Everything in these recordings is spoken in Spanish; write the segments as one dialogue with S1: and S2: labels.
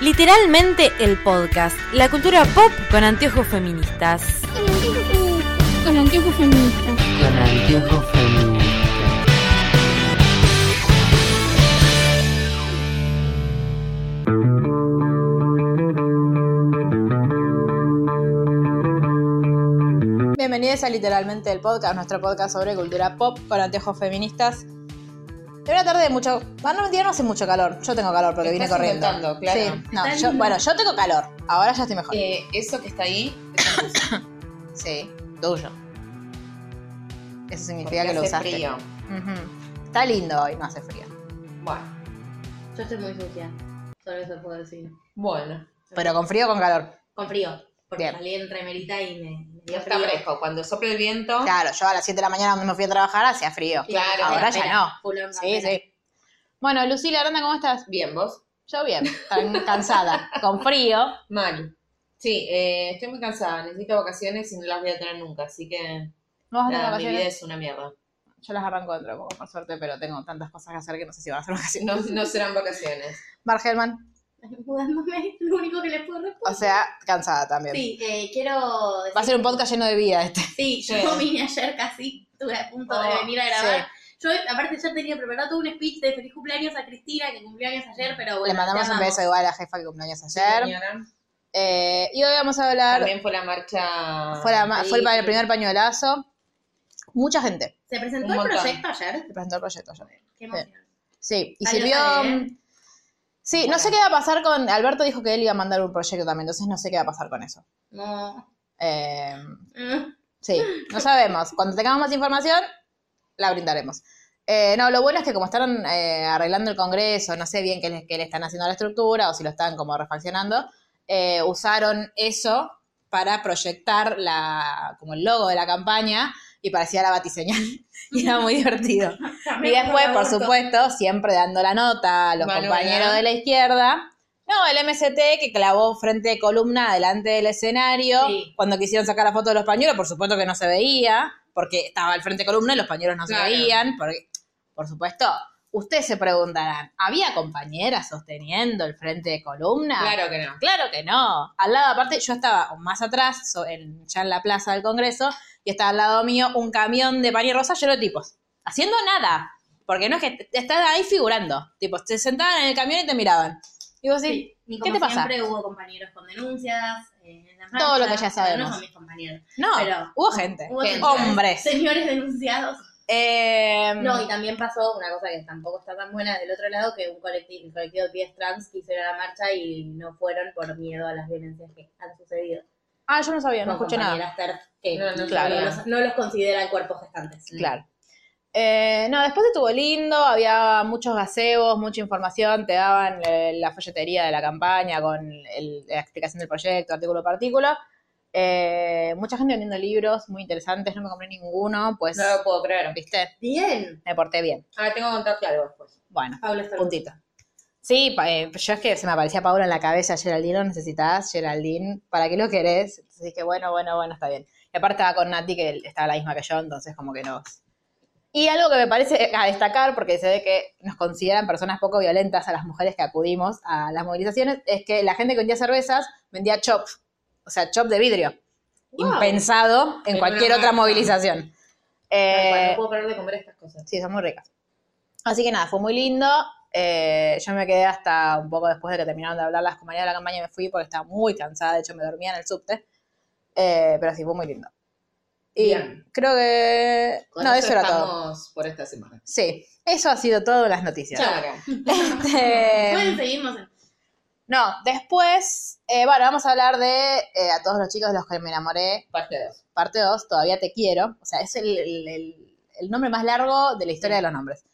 S1: Literalmente el podcast, la cultura pop con anteojos feministas.
S2: Con anteojos feministas.
S3: Con anteojos feministas.
S4: Bienvenidos a literalmente el podcast, nuestro podcast sobre cultura pop con anteojos feministas. De una tarde de mucho. Ah, no, mentira, no hace mucho calor. Yo tengo calor porque vine
S5: Estás
S4: corriendo.
S5: inventando, claro.
S4: Sí, no,
S5: Está
S4: yo-
S5: lindo.
S4: bueno, yo tengo calor. Ahora ya estoy mejor.
S5: Eh, eso que está ahí
S4: Sí, tuyo. Eso
S5: porque
S4: significa que lo
S5: hace
S4: usaste.
S5: frío.
S4: Ujú. Está lindo hoy, no hace frío.
S5: Bueno,
S6: Yo estoy muy sucia. Solo eso puedo decir.
S5: bueno.
S4: Pero con frío o con calor.
S6: Con frío. Porque
S4: Bien.
S6: salí en remerita y me, me
S5: No
S6: dio
S5: está
S6: frío.
S5: fresco. Cuando sopla el viento,
S4: Claro, yo a las 7 de la mañana cuando me fui a trabajar hacía frío.
S6: Sí,
S5: Claro,
S6: la
S4: ahora
S6: pera,
S4: ya no.
S6: full onda,
S4: Sí,
S6: pera.
S4: sí. Bueno, Lucila Aranda, ¿cómo estás?
S5: bien, vos.
S4: Yo bien, tan cansada, con frío.
S5: Mal. Sí, eh, estoy muy cansada. Necesito vacaciones y no las voy a tener nunca. Así que
S4: Ah, ¿No vas a tener
S5: nada, mi vida
S4: vacaciones?
S5: es una mierda.
S4: Yo las arranco dentro de poco, por suerte, pero tengo tantas cosas que hacer que no sé si van a ser vacaciones.
S5: No, no serán vacaciones.
S4: Margelman,
S6: Mudándome, lo único que les puedo
S4: o
S6: responder.
S4: sea, cansada también.
S6: Sí, eh, quiero decir.
S4: Va a ser un podcast lleno de vida este.
S6: Sí,
S5: Sí.
S6: yo vine ayer casi, estuve a punto
S5: Oh,
S6: de venir a grabar. Yo, aparte, yo tenía preparado todo un speech de feliz cumpleaños a Cristina, que cumplió años ayer, pero bueno.
S4: Le mandamos
S6: te
S4: un
S6: amamos.
S4: beso igual a la jefa que cumpleaños ayer.
S5: Señora.
S4: Eh, y hoy vamos a hablar,
S5: También fue la marcha.
S4: fue, la ma- fue el, pa-
S5: Sí,
S4: el primer pañuelazo. Mucha gente
S6: ¿Se
S5: Un
S6: presentó el
S5: montón.
S6: proyecto ayer?
S4: se presentó el proyecto ayer.
S6: Qué emoción.
S4: Sí, y
S6: Salió
S4: sirvió...
S6: bien,
S4: Sí, no sé qué va a pasar con... Alberto dijo que él iba a mandar un proyecto también, entonces no sé qué va a pasar con eso.
S6: No.
S4: Eh,
S6: Mm.
S4: Sí, no sabemos. Cuando tengamos más información, la brindaremos. Eh, no, lo bueno es que como están eh, arreglando el Congreso, no sé bien qué le, qué le están haciendo a la estructura o si lo están como refaccionando, eh, usaron eso para proyectar la, como el logo de la campaña y parecía la batiseñal. Y era muy divertido. Y después, por supuesto, siempre dando la nota a los
S5: Valora.
S4: compañeros de la izquierda. No, el MST que clavó frente de columna delante del escenario.
S6: Sí.
S4: Cuando quisieron sacar la foto de los pañuelos, por supuesto que no se veía, porque estaba al frente de columna y los pañuelos no
S5: Claro.
S4: se veían. Porque, por supuesto, ustedes se preguntarán, ¿había compañeras sosteniendo el frente de columna?
S5: Claro que no.
S4: Claro que no. Al lado, aparte, yo estaba más atrás, so- en- ya en la plaza del Congreso, y estaba al lado mío un camión de pan y rosa lleno de tipos, haciendo nada. Porque no es que te- están ahí figurando. Tipo, se sentaban en el camión y te miraban. Y vos decís,
S6: Sí. Y
S4: ¿Qué
S6: como
S4: te pasa?
S6: siempre hubo compañeros con denuncias, eh, en las
S4: Todo lo
S6: marchas,
S4: que ya
S6: pero
S4: sabemos.
S6: No son mis compañeros.
S4: no,
S6: Pero-
S4: hubo gente.
S6: Hubo
S5: Gente.
S6: señores-
S4: Hombres.
S6: Señores denunciados.
S4: Eh,
S6: No, y también pasó una cosa que tampoco está tan buena del otro lado, que un colectivo, el colectivo de pies trans quiso ir a la marcha y no fueron por miedo a las violencias que han sucedido.
S4: ah, yo no sabía, no
S6: Con
S4: escuché nada.
S6: compañeras trans que
S5: No, no
S4: Claro. Mm.
S6: no
S5: sabía.
S6: los, no los consideran cuerpos gestantes.
S4: Claro. Eh, no, después estuvo lindo, había muchos gazebos, mucha información, te daban eh, la folletería de la campaña con el- la explicación del proyecto, artículo por artículo. Eh, mucha gente vendiendo libros muy interesantes, no me compré ninguno, pues,
S5: No lo puedo creer.
S4: viste,
S6: Bien.
S4: me porté bien.
S5: Ah, tengo que contarte algo después.
S4: Bueno,
S6: Pablo está
S4: puntito. Sí, pa- eh, yo es que se me aparecía Paula en la cabeza, Geraldine, lo necesitas, Geraldine, ¿para qué lo querés? Entonces dije, bueno, bueno, bueno, está bien. Y aparte estaba con Nati, que estaba la misma que yo, entonces como que no. Y algo que me parece eh, a destacar, porque se ve que nos consideran personas poco violentas a las mujeres que acudimos a las movilizaciones, es que la gente que vendía cervezas vendía chop, o sea, chop de vidrio,
S6: Wow.
S4: impensado en
S5: En
S4: cualquier
S5: una
S4: otra
S5: marcha.
S4: movilización.
S5: Tal cual,
S4: Eh,
S5: no puedo parar de comer estas cosas.
S4: Sí, son muy ricas. Así que nada, fue muy lindo. Eh, yo me quedé hasta un poco después de que terminaron de hablar las compañeras de la campaña y me fui porque estaba muy cansada. De hecho, me dormía en el subte. Eh, pero sí, fue muy lindo. Y
S5: Bien.
S4: creo que...
S5: Con
S4: no, eso era todo.
S5: estamos por esta semana.
S4: Sí, eso ha sido todo en las noticias.
S5: Claro.
S4: Este,
S6: Pueden seguirnos en
S4: no, después, eh, bueno, vamos a hablar de eh, a todos los chicos de los que me enamoré,
S5: Parte 2.
S4: parte 2, Todavía te quiero. O sea, es el, el- el- el nombre más largo de la historia de los nombres.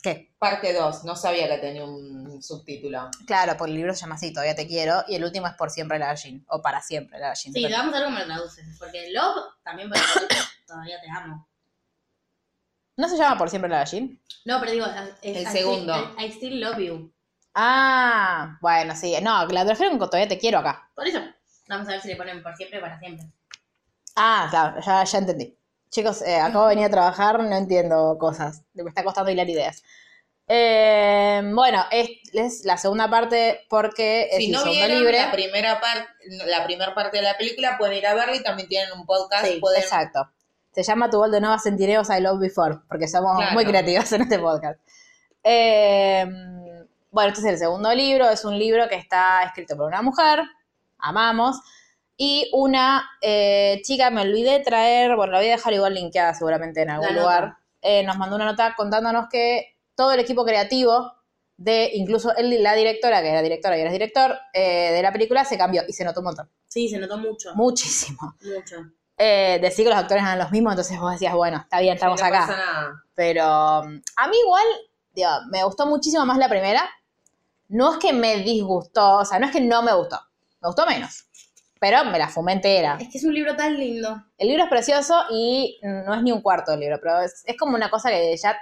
S4: ¿Qué?
S5: Parte 2, no sabía que tenía un subtítulo.
S4: Claro, por el libro se llama así, Todavía te quiero, y el último es Por siempre la Jean, o Para siempre la Jean.
S6: Sí,
S4: Pero-
S6: te vamos a algo me lo traduces. Porque Love también puede ser todavía te amo.
S4: ¿No se llama Por siempre la Jean?
S6: No, pero digo, es-
S5: El
S6: I
S5: segundo.
S6: still- I, I still love you.
S4: Ah, bueno, sí, no, la trajeron con Todavía te quiero acá.
S6: Por eso, vamos a ver si le ponen por siempre y para siempre.
S4: Ah, claro, ya, ya entendí. Chicos, eh, acabo de venir a trabajar, no entiendo cosas, me está costando hilar ideas. Eh, bueno, es, es la segunda parte porque es
S5: si
S4: el
S5: no
S4: segundo
S5: vieron
S4: libre.
S5: la primera parte, la primera parte de la película, pueden ir a verla y también tienen un podcast.
S4: Sí,
S5: pueden-
S4: exacto. Se llama Tu gol de nuevas centineos I Love Before, porque somos
S5: Claro.
S4: muy creativas en este podcast. Eh, bueno, este es el segundo libro, es un libro que está escrito por una mujer, amamos, y una eh, chica, me olvidé traer, bueno, la voy a dejar igual linkeada seguramente en algún
S6: La nota.
S4: lugar, eh, nos mandó una nota contándonos que todo el equipo creativo de incluso el- la directora, que era directora y era director, eh, de la película se cambió y se notó un montón,
S6: Sí, se notó mucho.
S4: muchísimo
S6: Mucho.
S4: eh, decir que los actores eran los mismos, entonces vos decías, bueno, está bien, estamos
S5: no
S4: acá.
S5: pasa nada.
S4: Pero um, a mí igual, digo, me gustó muchísimo más la primera. No es que me disgustó, o sea, no es que no me gustó, me gustó menos. Pero me la fumé entera.
S6: Es que es un libro tan lindo.
S4: El libro es precioso y no es ni un cuarto del libro, pero es, es como una cosa que ya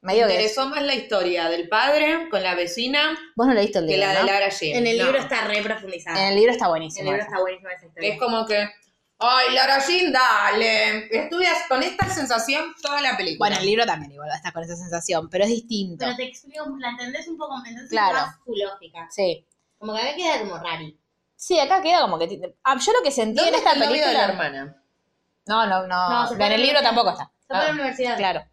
S4: medio
S5: Me
S4: que...
S5: interesó más la historia del padre con la vecina
S4: Vos no leíste el
S5: que
S4: libro,
S5: la de
S4: ¿no?
S5: Laura Jane.
S6: En el
S5: No.
S6: libro está re profundizado.
S4: En el libro está
S6: En
S4: buenísimo.
S6: el libro
S4: eso.
S6: está buenísima esa historia.
S5: Es como que, ay, Laura Jean, dale. Estudias con esta sensación toda la película.
S4: Bueno, el libro también igual está con esa sensación, pero es distinto.
S5: Ah.
S6: Pero te explico, la entendés un poco, entonces
S4: Claro.
S6: más su lógica.
S4: Sí.
S6: Como que acá queda como rari.
S4: Sí, acá queda como que... ti- ah, Yo lo que sentí
S5: ¿Dónde
S4: en esta
S5: está el novio
S4: película...
S5: de la hermana?
S4: No, no, no.
S6: No, se
S4: en
S6: puede
S4: el libro
S6: ver.
S4: tampoco está.
S6: Se fue a
S5: Ah,
S6: la universidad.
S4: Claro.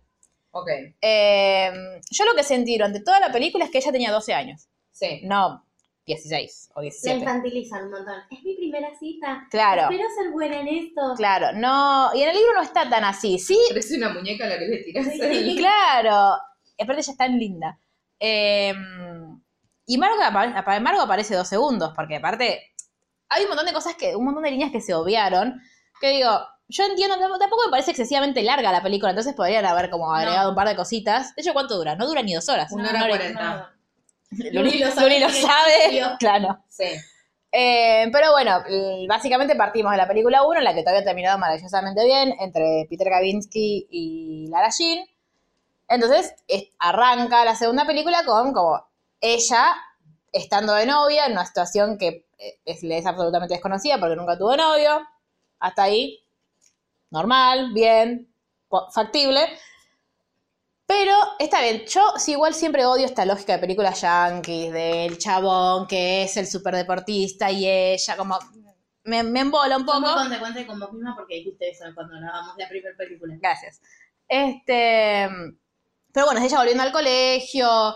S5: Ok,
S4: Eh, yo lo que sentí durante toda la película es que ella tenía 12 años.
S5: sí.
S4: No, 16 o
S6: La
S4: 17.
S6: infantilizan un montón. Es mi primera cita.
S4: Claro,
S6: Espero ser buena en esto.
S4: claro. No, y en el libro no está tan así. Sí,
S5: Parece una muñeca a la que le tiras
S4: y
S5: el...
S4: claro. Y aparte ella es tan linda. Eh, y Margo, apa- apa- Margo aparece dos segundos, porque aparte hay un montón de cosas que, un montón de líneas que se obviaron, que digo, yo entiendo, tamp- tampoco me parece excesivamente larga la película, entonces podrían haber como agregado un par de cositas. De hecho, ¿cuánto dura? No dura ni dos horas. Una
S5: Una hora
S4: hora y-
S5: cuarenta.
S4: Luli
S6: Luli
S4: lo
S6: lo
S4: sabe.
S6: sabe porque existió.
S4: claro.
S5: Sí.
S4: Eh, pero bueno, l- básicamente partimos de la película 1, la que todavía ha terminado maravillosamente bien, entre Peter Kavinsky y Lara Jean. Entonces es- arranca la segunda película con como ella estando de novia en una situación que eh, es, le es absolutamente desconocida porque nunca tuvo novio. Hasta ahí, normal, bien, po- factible. Pero está bien, yo sí, igual siempre odio esta lógica de películas yankees, del chabón que es el superdeportista y ella, como me, me embola un poco.
S6: Somos consecuencia con vos misma porque dijiste eso cuando grabamos la primera película.
S4: Gracias. Este, pero bueno, es ella volviendo al colegio.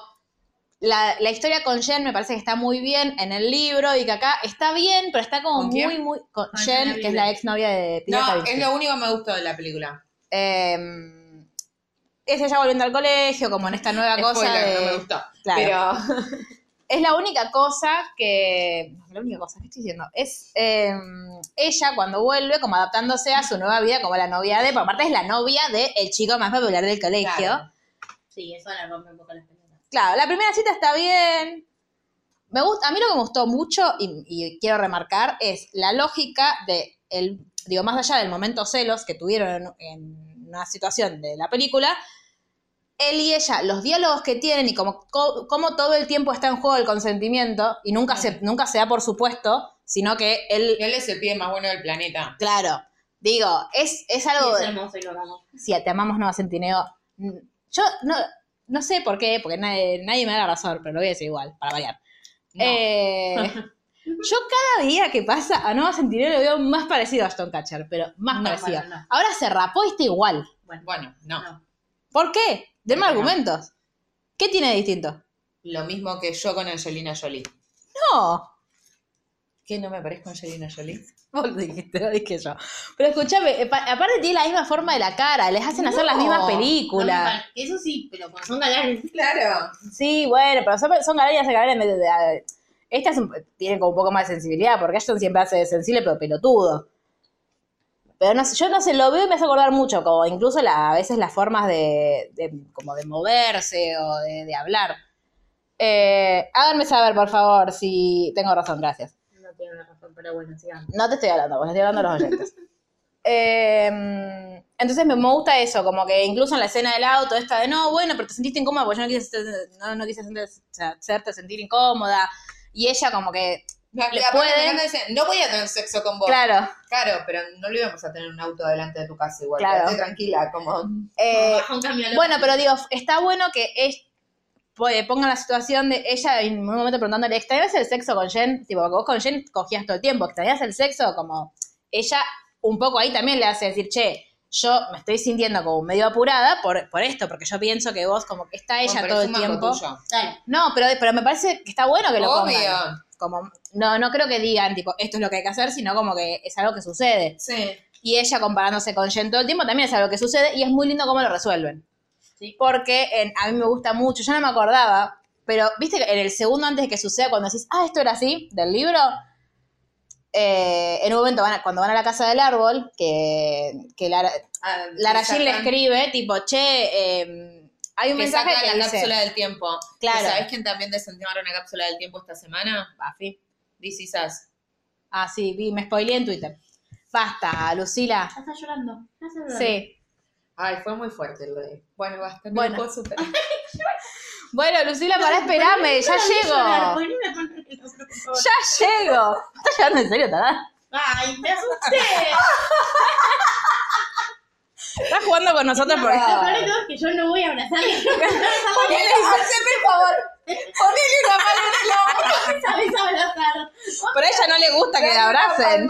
S4: La, la historia con Jen me parece que está muy bien en el libro y que acá está bien, pero está como
S5: ¿Con
S4: muy,
S5: quién? Ah,
S4: muy. Con
S6: Con Jenna
S4: Jen, que es la
S6: Vives.
S4: exnovia de Peter
S5: No,
S4: Kavinsky.
S5: es lo único que me gustó de la película.
S4: Eh, es ella volviendo al colegio, como en esta nueva cosa
S5: Spoiler,
S4: de.
S5: no me gustó.
S4: Claro.
S5: Pero
S4: Es la única cosa que. no, La única cosa que estoy diciendo. Es eh, ella cuando vuelve, como adaptándose a su nueva vida como la novia de. Por aparte es la novia del el chico más popular del colegio.
S5: Claro.
S4: Claro.
S6: Sí, eso la rompe un poco las pelotas.
S4: la primera cita está bien. Me gusta, a mí lo que me gustó mucho, y, y quiero remarcar, es la lógica de el, digo, más allá del momento celos que tuvieron en, en una situación de la película, él y ella, los diálogos que tienen y como, co- como todo el tiempo está en juego el consentimiento y nunca se, nunca se da por supuesto, sino que él,
S5: él es el pie más bueno del planeta.
S4: claro, digo, es, es
S6: Y
S4: algo,
S6: es hermoso y lo amamos.
S4: si te amamos Nueva Centineo, mm, yo no, no sé por qué, porque nadie, nadie me da la razón, pero lo voy a decir igual, para variar.
S5: No.
S4: Eh, yo cada día que pasa a Nueva Centineo lo veo más parecido a Aston Catcher, pero más
S6: No,
S4: parecido.
S6: bueno, no.
S4: Ahora se rapó y está igual.
S5: Bueno, no.
S6: No.
S4: ¿Por qué? Denme
S5: Porque no.
S4: argumentos. ¿Qué tiene de distinto?
S5: Lo mismo que yo con Angelina Jolie.
S4: No.
S5: ¿Qué no me parezco a Angelina Jolie?
S4: Vos lo dijiste, lo dije yo. Pero escúchame, eh, pa- aparte tiene la misma forma de la cara, les hacen hacer las
S5: No.
S4: mismas
S6: No me
S4: películas.
S6: pare- Eso sí, pero cuando son galanes.
S5: Claro.
S4: sí, bueno, pero son, son galerías de galerías. medio de- eh, a- Esta es un- tiene como un poco más de sensibilidad, porque Ashton siempre hace de sensible, pero pelotudo. Pero no sé, yo no sé, lo veo y me hace acordar mucho, como incluso la, a veces las formas de, de- como de moverse o de, de hablar. Eh, háganme saber, por favor, si tengo razón, gracias.
S6: No tiene una razón, pero bueno, sigamos.
S4: No te estoy hablando, vos, estoy hablando a los oyentes. Eh, entonces me me gusta eso, como que incluso en la escena del auto, esta de no, bueno, pero te sentiste incómoda, porque yo no quise, ser- no, no quise sentir- o sea, hacerte sentir incómoda. Y ella, como que,
S5: La,
S4: Le
S5: la parte
S4: puede-
S5: mirando dice, no voy a tener sexo con vos. Claro.
S4: claro,
S5: pero no lo íbamos a tener un auto delante de tu casa igual.
S4: Claro.
S5: Quédate tranquila, como...
S4: eh,
S6: Baja un cambio a lo-
S4: Bueno, pero digo, está bueno que es, po- eh, pongan la situación de ella en un momento preguntándole, ¿extrañas el sexo con Jen? Tipo, porque vos con Jen cogías todo el tiempo, ¿extrañas el sexo? Como ella un poco ahí también le hace decir, che, yo me estoy sintiendo como medio apurada por, por esto, porque yo pienso que vos como que está ella
S5: Bueno, pero
S4: todo
S5: es
S4: el
S5: un mango
S4: tiempo.
S5: tuyo.
S6: Dale.
S4: No, pero, pero me parece que está bueno que lo pongan.
S5: Obvio.
S4: Como, no, no creo que digan, tipo, esto es lo que hay que hacer, sino como que es algo que sucede.
S5: Sí.
S4: Y ella comparándose con Jen todo el tiempo también es algo que sucede y es muy lindo cómo lo resuelven. Porque en- a mí me gusta mucho, yo no me acordaba, pero viste que en el segundo antes de que suceda, cuando decís, ah, esto era así, del libro, eh, en un momento van a- cuando van a la casa del árbol, que, que Lara,
S5: Ah,
S4: Lara
S5: que
S4: Jean le
S5: sacan-
S4: escribe, tipo, che, eh, hay un
S5: Que
S4: mensaje
S5: saca
S4: que
S5: la
S4: dice,
S5: cápsula del tiempo.
S4: Claro.
S5: ¿Sabes quién también desentimaron una cápsula del tiempo esta semana?
S4: Buffy.
S5: This is Us.
S4: Ah, sí, vi, me spoileé en Twitter. Basta, Lucila.
S6: Ya está llorando. Ya está llorando.
S4: Sí.
S5: Ay, fue muy fuerte lo de. Bueno, basta. No
S4: Bueno.
S5: lo puedo superar.
S4: Bueno, Lucila, pará, esperame, ya
S6: Déjame llorar,
S4: llego.
S6: poneme una mano en el hombro, por favor.
S4: Ya llego. ¿Estás llegando en serio, Tadá?
S6: Ay, me asusté.
S4: Estás jugando con nosotros por
S6: Lo peor de todo es que yo no voy a abrazar.
S4: Ponele, haceme el favor. Ponele una palmadita.
S6: Sabes abrazar.
S4: Por a ella no le gusta que la abracen.
S6: Pero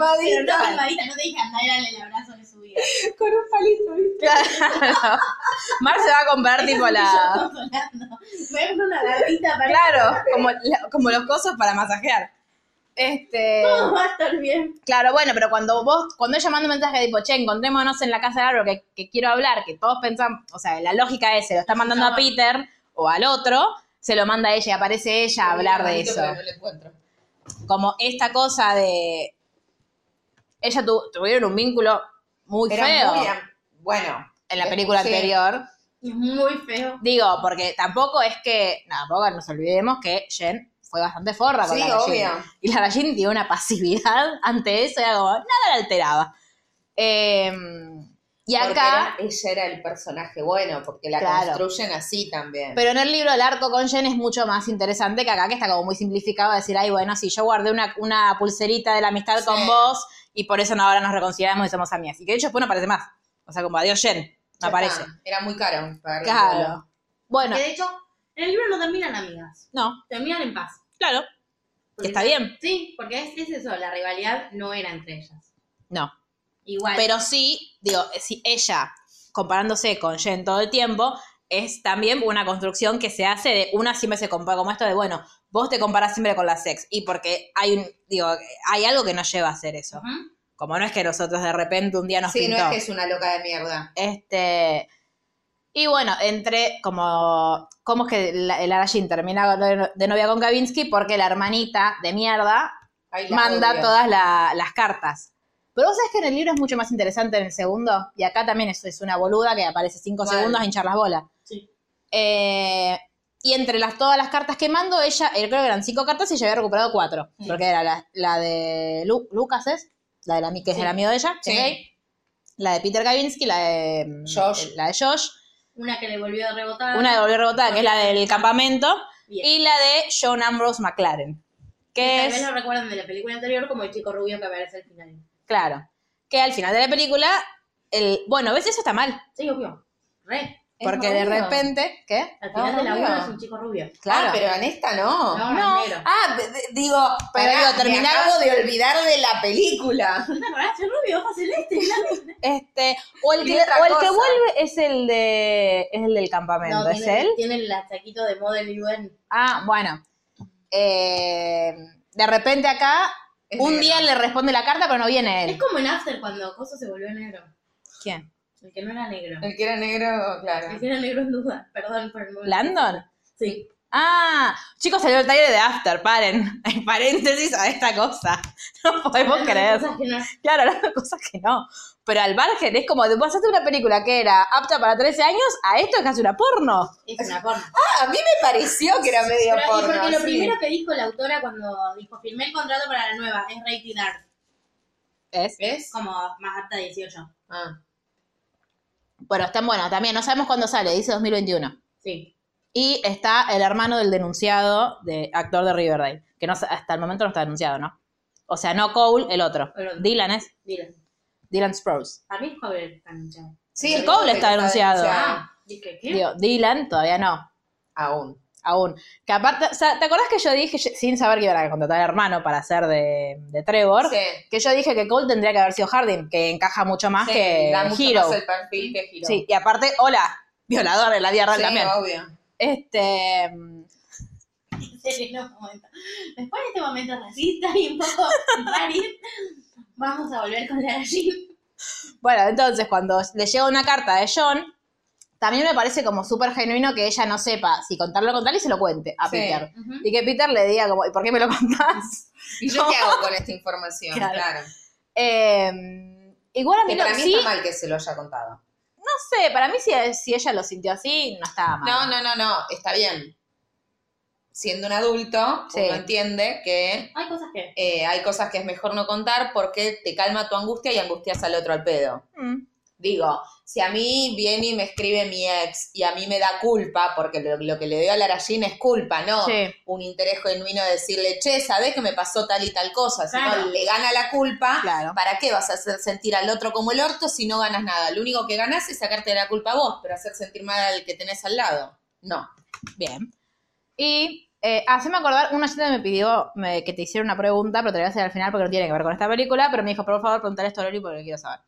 S6: no, palmadita, no te dije andar dale el abrazo de su vida.
S4: Con un palito, ¿viste? Claro. Mar se va a comprar tipo
S6: Yo
S4: la.
S6: consolando. Verme una gardita para
S4: Claro, como, la- como los cosos para masajear. Este.
S6: todo va a estar bien.
S4: Claro, bueno, pero cuando vos, cuando ella manda un mensaje tipo, che, encontrémonos en la casa de árbol que, que quiero hablar, que todos pensan, o sea, la lógica es, se lo está mandando a Peter o al otro, se lo manda a ella y aparece ella a hablar de
S5: Maldito,
S4: eso.
S5: pero No lo encuentro.
S4: Como esta cosa de... Ella tu- tuvieron un vínculo muy
S5: Era
S4: feo
S5: muy am- bueno.
S4: en la película
S5: Sí.
S4: anterior.
S6: Y es muy feo.
S4: Digo, porque tampoco es que, no, tampoco nos olvidemos que Jen fue bastante forra con
S5: Sí,
S4: la gallina.
S5: obvio.
S4: Y la gallina tiene una pasividad ante eso, era como, nada la alteraba. Eh, y
S5: Porque
S4: acá,
S5: era- ella era el personaje bueno, porque la
S4: Claro.
S5: construyen así también.
S4: pero ah. en el libro el arco con Jen es mucho más interesante que acá, que está como muy simplificado, decir, ay, bueno, sí, yo guardé una, una pulserita de la amistad
S5: Sí.
S4: con vos y por eso no, ahora nos reconciliamos y somos amigas. Y que de hecho después no aparece más. O sea, como adiós Jen, no
S5: Ya
S4: aparece.
S5: está, Eh, Era muy caro. pagar el
S4: Claro.
S5: vuelo.
S4: Bueno,
S6: Que de hecho, en el libro no terminan amigas.
S4: no,
S6: Terminan en paz.
S4: claro, que
S6: Porque-
S4: está bien.
S6: Sí, porque es, es eso. La rivalidad no era entre ellas.
S4: No.
S6: Igual.
S4: Pero sí, digo, si ella, comparándose con Jen todo el tiempo, es también una construcción que se hace de una siempre se compara como esto de, bueno, vos te comparás siempre con la sex. Y porque hay un, digo, hay algo que nos lleva a hacer eso.
S6: Ujú.
S4: Como no es que nosotros de repente un día nos
S5: sí,
S4: pintó.
S5: no es que es una loca de mierda.
S4: Este. Y bueno, entre como. ¿Cómo es que la- el Arashin termina de- de novia con Kavinsky? Porque la hermanita de mierda
S5: Ay, la
S4: manda
S5: odio.
S4: todas la- las cartas. Pero vos sabés que en el libro es mucho más interesante en el segundo, y acá también es, es una boluda que aparece cinco
S5: Mal.
S4: segundos a hinchar las bolas.
S6: Sí.
S4: Eh, y entre las, todas las cartas que mando, ella, eh, creo que eran cinco cartas y ella había recuperado cuatro.
S5: Sí.
S4: Porque era la, la de Lu- Lucas, ¿es? La de la, mi- que es
S5: Sí.
S4: el amigo de ella,
S5: Sí.
S4: que es gay. La de Peter Kavinsky, la de mm,
S5: Josh.
S4: La de Josh.
S6: Una que le volvió a rebotar.
S4: Una de volver rebotada, que es la del campamento.
S6: Bien.
S4: Y la de John Ambrose McLaren.
S6: Que
S4: Que
S6: Tal
S4: es.
S6: vez lo recuerdan de la película anterior como el chico rubio que aparece al final.
S4: Claro. Que al final de la película, el, bueno, a veces eso está mal.
S6: Sí, obvio. Re.
S5: Es
S4: Porque de
S5: rubio.
S4: repente, ¿qué?
S6: Al final
S5: Ah,
S6: de la
S5: rubio.
S6: 1 es un chico rubio.
S4: Claro.
S5: Ah, pero en esta no.
S4: No.
S6: No, no. negro.
S5: Ah, de- de- digo,
S4: Pero
S5: pará,
S4: digo,
S5: me
S4: terminar-
S5: acabo de olvidar de la película.
S6: ¿No te acordás? Es rubio, ojos celeste.
S4: Este, o el
S5: Y
S4: que,
S5: otra
S4: o el que
S5: cosa.
S4: vuelve es el de es el del campamento, ¿es
S6: tiene,
S4: él?
S6: Tiene el saquito de model UN.
S4: Ah, bueno. Eh, de repente acá,
S5: Es
S4: un
S5: negro.
S4: día le responde la carta, pero no viene
S6: Es
S4: él.
S6: como en After cuando Coso se volvió negro.
S4: ¿Quién?
S6: El que no era negro.
S5: El que era negro, claro.
S6: El que era negro en duda. Perdón por el momento.
S4: ¿Landon?
S6: Sí.
S4: Ah, chicos, salió el taller de After, paren. En paréntesis a esta cosa. No podemos
S6: Hablando de
S4: creer.
S6: cosas que no-
S4: Claro, hablando de cosas que no. Pero al margen, es como, te pasaste una película que era apta para 13 años a esto es casi una porno.
S6: Es una forma.
S5: Ah, a mí me pareció que era medio
S6: Pero, y
S5: porno.
S6: porque lo
S5: sí.
S6: primero que dijo la autora cuando dijo firmé el contrato para la nueva es rated R,
S4: ¿Es?
S5: ¿Ves?
S6: como más apta 18.
S5: Ah,
S4: Bueno, está bueno, también no sabemos cuándo sale, dice 2021.
S6: Sí.
S4: Y está el hermano del denunciado, de actor de Riverdale, que no, sa- hasta el momento no está denunciado, ¿no? O sea, no Cole, el otro.
S6: El otro.
S4: Dylan es,
S6: Dile.
S4: Dylan Sprouse.
S6: Para mí es joven está hinchado.
S5: sí,
S4: Cole está denunciado. Ah,
S5: denunciado.
S6: Dije, ¿qué?
S4: Digo, Dylan todavía no.
S5: Aún.
S4: aún. Que aparte, o sea, ¿te acordás que yo dije, yo- sin saber que iban a contratar a hermano para hacer de, de Trevor?
S5: Sí.
S4: Que yo dije que Cole tendría que haber sido Harding, que encaja mucho más
S5: Sí,
S4: que
S5: da mucho
S4: Hero.
S5: más el perfil que Hero.
S4: Sí, y aparte, hola, violador de la vida real
S5: Sí,
S4: también.
S5: obvio.
S4: Este. mm,
S6: Se le enoja un momento. Después de este momento racista y un poco rari, vamos a volver con la gallina.
S4: Bueno, entonces cuando le llega una carta de John, también me parece como súper genuino que ella no sepa si contarlo con tal y se lo cuente a
S5: Sí.
S4: Peter. Y que Peter le diga como, ¿y por qué me lo contás?
S5: ¿Y yo qué hago con esta información?
S4: Claro.
S5: Claro.
S4: Eh, igual a mí,
S5: Que
S4: no,
S5: para mí
S4: sí,
S5: está mal que se lo haya contado.
S4: no sé, para mí si, si ella lo sintió así, no estaba mal.
S5: No, no, no, no, está bien. Siendo un adulto,
S4: Sí.
S5: uno entiende que
S6: Hay cosas que.
S5: eh, hay cosas que es mejor no contar porque te calma tu angustia y angustias al otro al pedo.
S4: Mm,
S5: Digo, si a mí viene y me escribe mi ex y a mí me da culpa, porque lo, lo que le doy a la Arallina es culpa, ¿no?
S4: Sí.
S5: Un interés genuino de decirle, che, ¿sabés que me pasó tal y tal cosa? Si no
S6: Claro.
S5: le gana la culpa,
S4: Claro.
S5: ¿para qué vas a hacer sentir al otro como el orto si no ganas nada? Lo único que ganás es sacarte la culpa a vos, pero hacer sentir mal al que tenés al lado. No.
S4: Bien. Y eh, haceme acordar, una gente me pidió me- que te hiciera una pregunta, pero te la voy a hacer al final porque no tiene que ver con esta película, pero me dijo, por favor, preguntar esto a Lori porque lo quiero saber.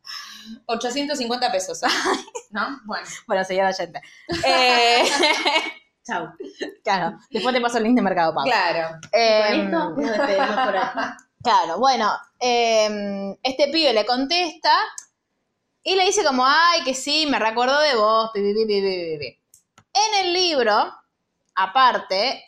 S5: 850 pesos. ¿eh? ¿No? Bueno.
S4: Bueno, señora oyente. Eh,
S6: Chau.
S4: claro, después te paso el link de Mercado Pago.
S5: Claro.
S6: Con
S4: Eh,
S6: esto nos despedimos por aquí.
S4: Claro, bueno, eh, este pibe le contesta y le dice como, ay, que sí, me recuerdo de vos, pi, pi, pi, pi, pi, pi, pi". En el libro, aparte,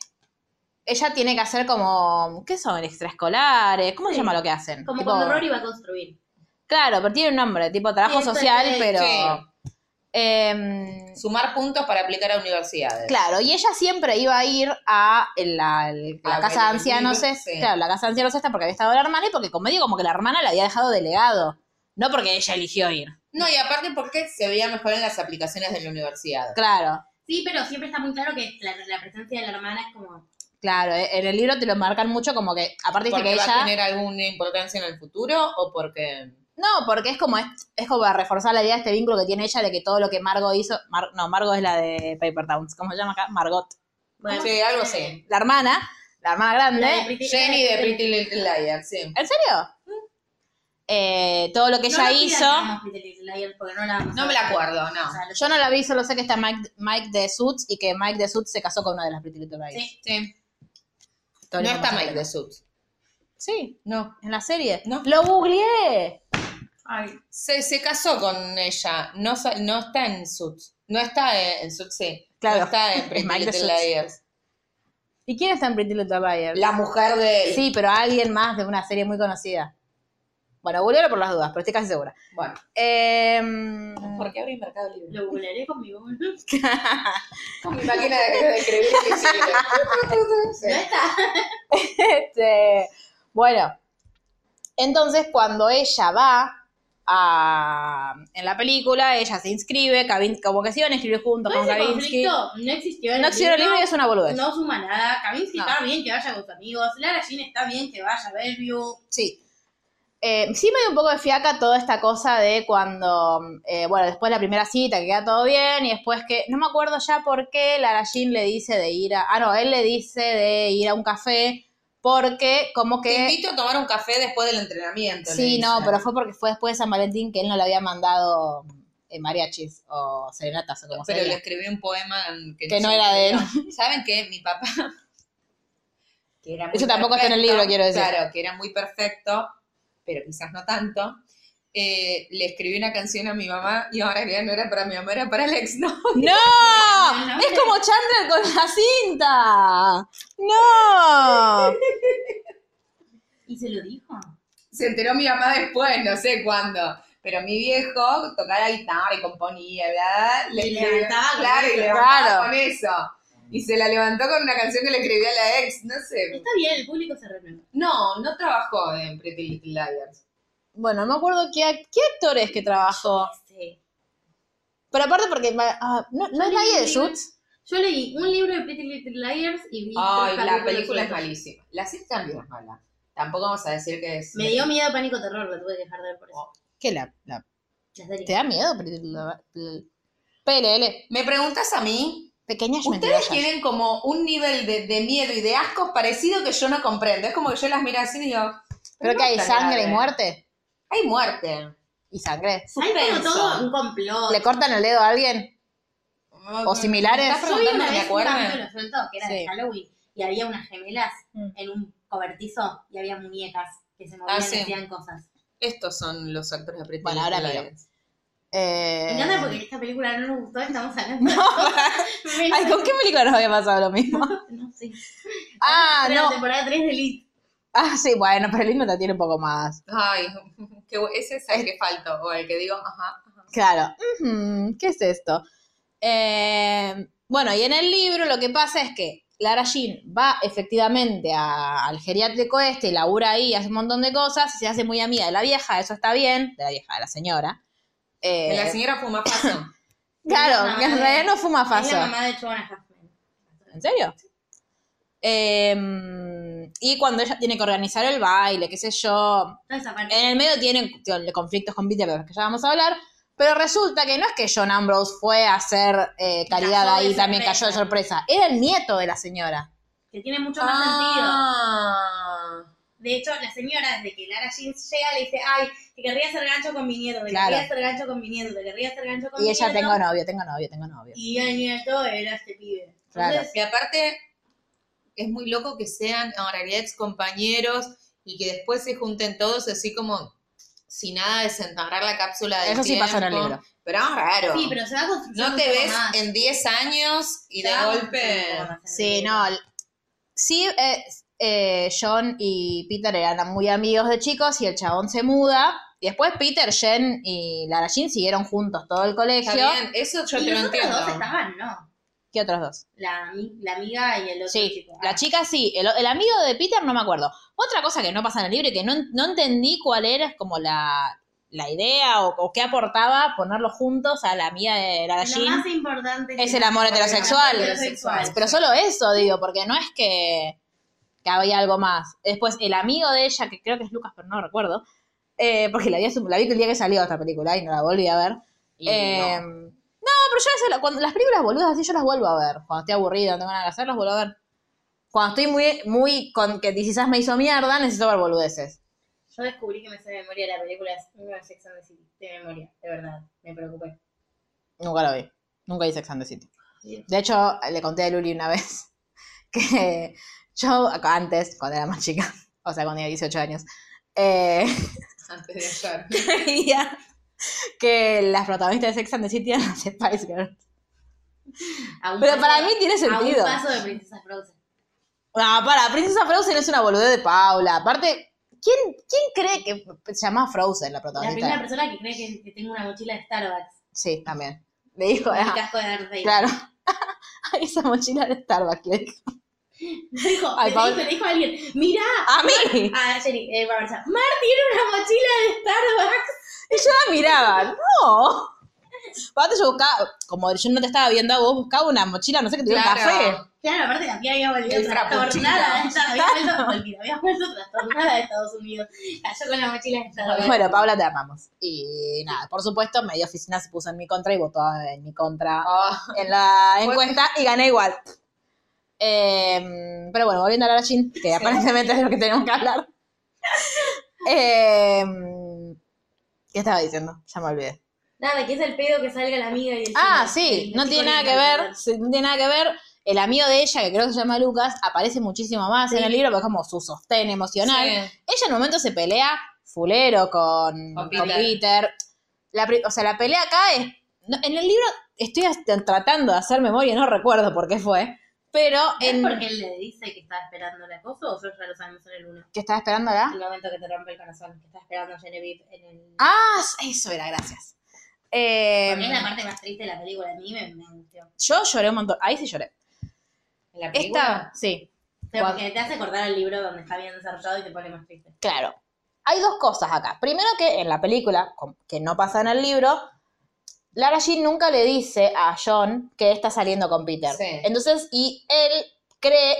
S4: ella tiene que hacer como, ¿qué son? Extraescolares, ¿cómo se
S6: Sí.
S4: llama lo que hacen?
S6: Como
S4: Tipo-
S6: cuando Rory va a construir.
S4: Claro, pero tiene un nombre, tipo trabajo
S6: Sí, es
S4: social,
S6: perfecto.
S4: pero...
S5: Sí.
S4: Em,
S5: Sumar puntos para aplicar a universidades.
S4: Claro, y ella siempre iba a ir a la, la
S5: A
S4: casa de
S5: ver,
S4: ancianos
S5: sí.
S4: esta, claro, la casa de ancianos esta porque había estado la hermana y porque como medio como que la hermana la había dejado de legado, no porque ella eligió ir.
S5: No, y aparte porque se veía mejor en las aplicaciones de la universidad.
S4: Claro,
S6: Sí, pero siempre está muy claro que la, la presencia de la hermana es como.
S4: claro, eh, en el libro te lo marcan mucho como que, aparte dice
S5: ¿Porque
S4: que
S5: va
S4: ella,
S5: a tener alguna importancia en el futuro o porque...
S4: no, porque es como, es, es como para reforzar la idea de este vínculo que tiene ella de que todo lo que Margo hizo, Mar- no, Margo es la de Paper Towns, ¿cómo se llama acá? Margot,
S6: Bueno,
S5: Sí, algo así.
S4: la hermana, la hermana grande,
S6: la de Pretty-
S5: Jenny de Pretty Little Liars, sí.
S4: ¿en serio?
S5: Mm.
S4: Eh, todo lo que
S6: No
S4: ella
S6: la pidan
S4: hizo...
S6: que hagamos Pretty Little Liars porque no la vamos a
S5: No me la
S6: hacer.
S5: acuerdo,
S6: O
S5: no.
S6: sea, lo-
S4: Yo no la vi, solo sé que está Mike, Mike de Suits y que Mike de Suits se casó con una de las Pretty Little Liars.
S6: Sí.
S5: Sí.
S4: Todo
S5: no
S4: el mundo
S5: está
S4: sabe
S5: Mike
S4: que
S5: de
S4: no.
S5: Suits.
S4: Sí,
S5: No.
S4: en la serie.
S5: No.
S4: ¡Lo googleé!
S6: Ay,
S5: Se, se casó con ella. No, sa- no está en Suits. No está en, en Suits, sí.
S4: Claro.
S5: No está en
S4: Es
S5: Pretty
S4: Mike de
S5: Little
S4: Suits.
S5: Liars.
S4: ¿Y quién está en Pretty Little Liars?
S5: La mujer de él.
S4: Sí, pero alguien más de una serie muy conocida. Bueno, googlealo por las dudas, pero estoy casi segura.
S5: Bueno.
S4: Em,
S5: ¿Por qué abrí Mercado Libre?
S6: lo googlearé conmigo. ¿no?
S5: Con mi máquina de escribir
S6: Ya está.
S4: este, bueno, entonces cuando ella va a, en la película, ella se inscribe, Kavin- como que se iban a inscribir juntos
S6: Todo
S4: con
S6: ese
S4: Kavinsky.
S6: conflicto no existió. en
S4: No existió el libro y es una boludez.
S6: No suma nada. Kaminsky
S4: No.
S6: está bien que vaya con sus amigos. Lara Jean está bien que vaya a Bellevue.
S4: Sí. Eh, sí me dio un poco de fiaca toda esta cosa de cuando, eh, bueno, después la primera cita, que queda todo bien, y después que, no me acuerdo ya por qué Lara Jean le dice de ir a, ah, no, él le dice de ir a un café, porque como
S5: Te
S4: que,
S5: invito a tomar un café después del entrenamiento. le
S4: sí, no,
S5: dice.
S4: pero fue porque fue después de San Valentín que él no le había mandado eh, mariachis o serenatas o como se
S5: Pero le
S4: diga.
S5: escribí un poema que,
S4: Que no
S5: sé
S4: era
S5: qué
S4: de él.
S5: ¿Saben qué? Mi papá. Que era muy
S4: Eso tampoco está en el libro, quiero decir.
S5: Claro, que era muy perfecto, pero quizás no tanto. eh, le escribí una canción a mi mamá y ahora en realidad no era para mi mamá, era para el ex, ¿no?
S4: ¡No! ¡Es como Chandler con la cinta! ¡No!
S6: Y se lo dijo.
S5: Se enteró mi mamá después, no sé cuándo. Pero mi viejo tocaba la guitarra y componía, ¿verdad?
S6: Y levantaba con
S5: claro, y
S6: eso.
S5: levantaba
S4: Claro.
S5: con eso. Y se la levantó con una canción que le escribía a la ex, no sé.
S6: Está bien, el público se renueva.
S5: No, no trabajó en Pretty Little Liars.
S4: Bueno, no me acuerdo qué, act- qué actores que trabajó.
S6: Sí.
S4: Pero aparte porque ma- ah, no, no es nadie de Suits.
S6: Yo leí un libro de Pretty Little Liars y vi.
S5: Ay,
S6: tres
S5: la
S6: capítulos
S5: película es
S6: sueltos.
S5: malísima. La serie también es mala. Tampoco vamos a decir que es.
S6: Me dio miedo, pánico, terror. Lo tuve que dejar de ver por
S5: Oh.
S6: eso.
S4: ¿Qué la, la-
S6: Las series.
S4: te da miedo? Pretty Little- PLL.
S5: ¿Me preguntas a mí?
S4: Pequeñas
S5: Ustedes
S4: mentirosas.
S5: tienen como un nivel de, de miedo y de asco parecido que yo no comprendo. Es como que yo las miro así y digo.
S4: Creo
S5: no
S4: que hay
S5: está
S4: sangre y
S5: grave.
S4: muerte.
S5: Hay muerte.
S4: Y sangre.
S6: Hay como todo un complot.
S4: ¿Le cortan el dedo a alguien? O similares.
S5: ¿Me estás
S6: Yo vi
S5: preguntando
S6: una
S5: que me
S6: vez un
S5: acuerde?
S6: capítulo suelto que era
S4: Sí.
S6: de Halloween y había unas gemelas
S4: Mm.
S6: en un cobertizo y había muñecas que se movían
S5: Ah, sí.
S6: y hacían cosas.
S4: Eh.
S5: Estos son los actores de Pretty
S4: Bueno, ahora
S5: Little
S4: miro.
S5: Liars.
S4: Eh...
S6: Me encanta porque esta película no nos gustó, estamos hablando. Me-
S4: Ay, ¿con qué película nos había pasado lo mismo?
S6: No sé.
S4: Ah,
S6: Pero La
S4: no.
S6: temporada 3 de Elite.
S4: Ah, sí, bueno, pero el te tiene un poco más.
S5: Ay, que ese es el que falto. O el que digo, ajá. ajá.
S4: Claro. Ujú, ¿Qué es esto? Eh, bueno, y en el libro lo que pasa es que Lara Jean va efectivamente a- al geriátrico este, y labura ahí, hace un montón de cosas, y se hace muy amiga de la vieja, eso está bien, de la vieja, de la señora. Eh,
S5: La señora fuma paso.
S4: Claro,
S6: No,
S4: que en
S6: no,
S4: realidad no
S6: no.
S4: fuma
S6: Es
S4: faso.
S6: la mamá de Chobana Huffman.
S4: ¿En serio? Eh, y cuando ella tiene que organizar el baile, qué sé yo,
S6: Toda esa parte.
S4: en el medio tienen tío, conflictos con Peter, pero los que ya vamos a hablar. Pero resulta que no es que John Ambrose fue a hacer eh, caridad
S6: Cayó de
S4: ahí, también
S6: sorpresa.
S4: cayó de sorpresa. Era el nieto de la señora.
S6: Que tiene mucho más sentido.
S5: Ah.
S6: De hecho, la señora, desde que Lara Jean llega, le dice, ay, te querría hacer gancho con mi nieto, te
S4: Claro.
S6: querría hacer gancho con mi nieto, te querría hacer gancho con
S4: Y
S6: mi
S4: ella,
S6: nieto.
S4: tengo novio, tengo novio, tengo novio.
S6: Y el nieto era este pibe.
S4: Claro.
S6: Entonces,
S5: Y aparte, es muy loco que sean en realidad ex compañeros y que después se junten todos así como sin nada de desenterrar la cápsula de
S4: Eso sí pasó en el libro.
S5: Pero es raro.
S6: Sí, pero se va construyendo
S5: no te
S6: un poco
S5: ves
S6: más.
S5: en 10 años y de
S6: Se va
S5: golpe.
S6: construyendo un poco más en el
S4: Sí,
S6: libro.
S4: no. l- Sí, eh, eh, John y Peter eran muy amigos de chicos y el chabón se muda. Y después Peter, Jen y Lara Jean siguieron juntos todo el colegio.
S5: Está bien, eso yo
S6: y
S5: te lo
S6: los otros
S5: entiendo.
S6: dos estaban, ¿no?
S4: ¿Qué otros dos?
S6: La, ami- la amiga y el otro
S4: Sí,
S6: chico.
S4: la
S6: Ah,
S4: chica sí, el, el amigo de Peter no me acuerdo. Otra cosa que no pasa en el libro y que no, no entendí cuál era es como la, la idea o, o qué aportaba ponerlos juntos a la amiga de la
S6: Lo
S4: Jean.
S6: más importante
S4: es el amor heterosexual.
S6: heterosexual.
S4: Pero solo eso, digo, porque no es que, que había algo más. Después, el amigo de ella, que creo que es Lucas, pero no recuerdo, eh, porque la vi, hace- la vi el día que salió esta película y no la volví a ver.
S5: Y
S4: Eh,
S5: no.
S4: no. pero yo eso, cuando, las películas boludas así yo las vuelvo a ver. Cuando estoy aburrida, no tengo nada que hacer, las vuelvo a ver. Cuando estoy muy, muy con que quizás me hizo mierda, necesito ver boludeces.
S6: Yo descubrí que me sé de memoria la película es una Sex and the City, de memoria, de verdad, me preocupé.
S4: Nunca la vi. Nunca vi Sex and the City. De hecho, le conté a Luli una vez que yo antes, cuando era más chica, o sea, cuando tenía 18 años, eh,
S5: Antes de ayer.
S4: creía que las protagonistas de Sex and the City eran las Spice Girls.
S6: A un
S4: Pero
S6: paso-
S4: para mí tiene
S6: A
S4: sentido.
S6: un paso de Princesa Frozen.
S4: Ah, para, Princesa Frozen es una boludez de Paula. Aparte, ¿quién, quién cree que se llama Frozen la
S6: La primera
S4: protagonista?
S6: persona que cree que, que tengo una mochila de Starbucks.
S4: Sí, también. Le dijo,
S6: Y
S4: ah,
S6: casco de Darth Vader.
S4: claro. Ay, esa mochila de Starbucks le dijo.
S6: Dijo,
S4: Ay,
S6: le
S4: Paul.
S6: dijo, le dijo a alguien, mirá,
S4: ¡A mí!
S6: a Jenny, eh, Barbarza, Mar tiene una mochila de Starbucks.
S4: Y yo la miraba, no. Aparte yo buscaba, como yo no te estaba viendo a vos, buscaba una mochila, no sé qué tuviera un café.
S5: Claro.
S6: Claro, aparte la piba había volvido
S5: El
S6: trastornada, ella había vuelto, volvido, había vuelto trastornada de Estados Unidos. Cayó con la mochila de Starbucks.
S4: Bueno, Paula, te amamos. Y nada, por supuesto, medio oficina se puso en mi contra y votó en mi contra
S5: Ah,
S4: en la
S5: Bueno.
S4: encuesta y gané igual. Eh, pero bueno, volviendo a Lara Jean, que aparentemente es de lo que tenemos que hablar. Eh, ¿Qué estaba diciendo? Ya me olvidé.
S6: Nada, que es el pedo que salga la amiga y el
S4: Ah,
S6: chico,
S4: sí,
S6: el
S4: no
S6: chico
S4: tiene nada
S6: lindo
S4: que
S6: Este, de
S4: ver,
S6: Starbucks.
S4: sí, no tiene nada que ver. El amigo de ella, que creo que se llama Lucas, aparece muchísimo más en el libro, porque es como su sostén emocional.
S5: sí.
S4: Ella en un momento se pelea fulero con,
S5: Con
S4: con
S5: Peter.
S4: Peter. La pri- o sea, la pelea acá es... no, en el libro estoy hasta tratando de hacer memoria, no recuerdo por qué fue, pero
S6: ¿Es
S4: en...
S6: porque él le dice que estaba esperando la cosa o yo ya lo sabemos en el 1?
S4: ¿Que estaba esperando la?
S6: El momento que te rompe el corazón, que está esperando a Genevieve en el...
S4: Ah, eso era, gracias. Eh,
S6: Porque es la parte más triste de la película, a mí me, me angustió.
S4: yo lloré un montón, ahí sí lloré.
S5: ¿En la película?
S4: Esta, sí,
S6: Pero
S4: Cuando-
S6: porque te hace acordar al libro donde está bien desarrollado y te pone más triste.
S4: Claro. Hay dos cosas acá. Primero que en la película, com- que no pasa en el libro, Lara Jean nunca le dice a John que está saliendo con Peter.
S5: Sí.
S4: Entonces, y él cree, eh,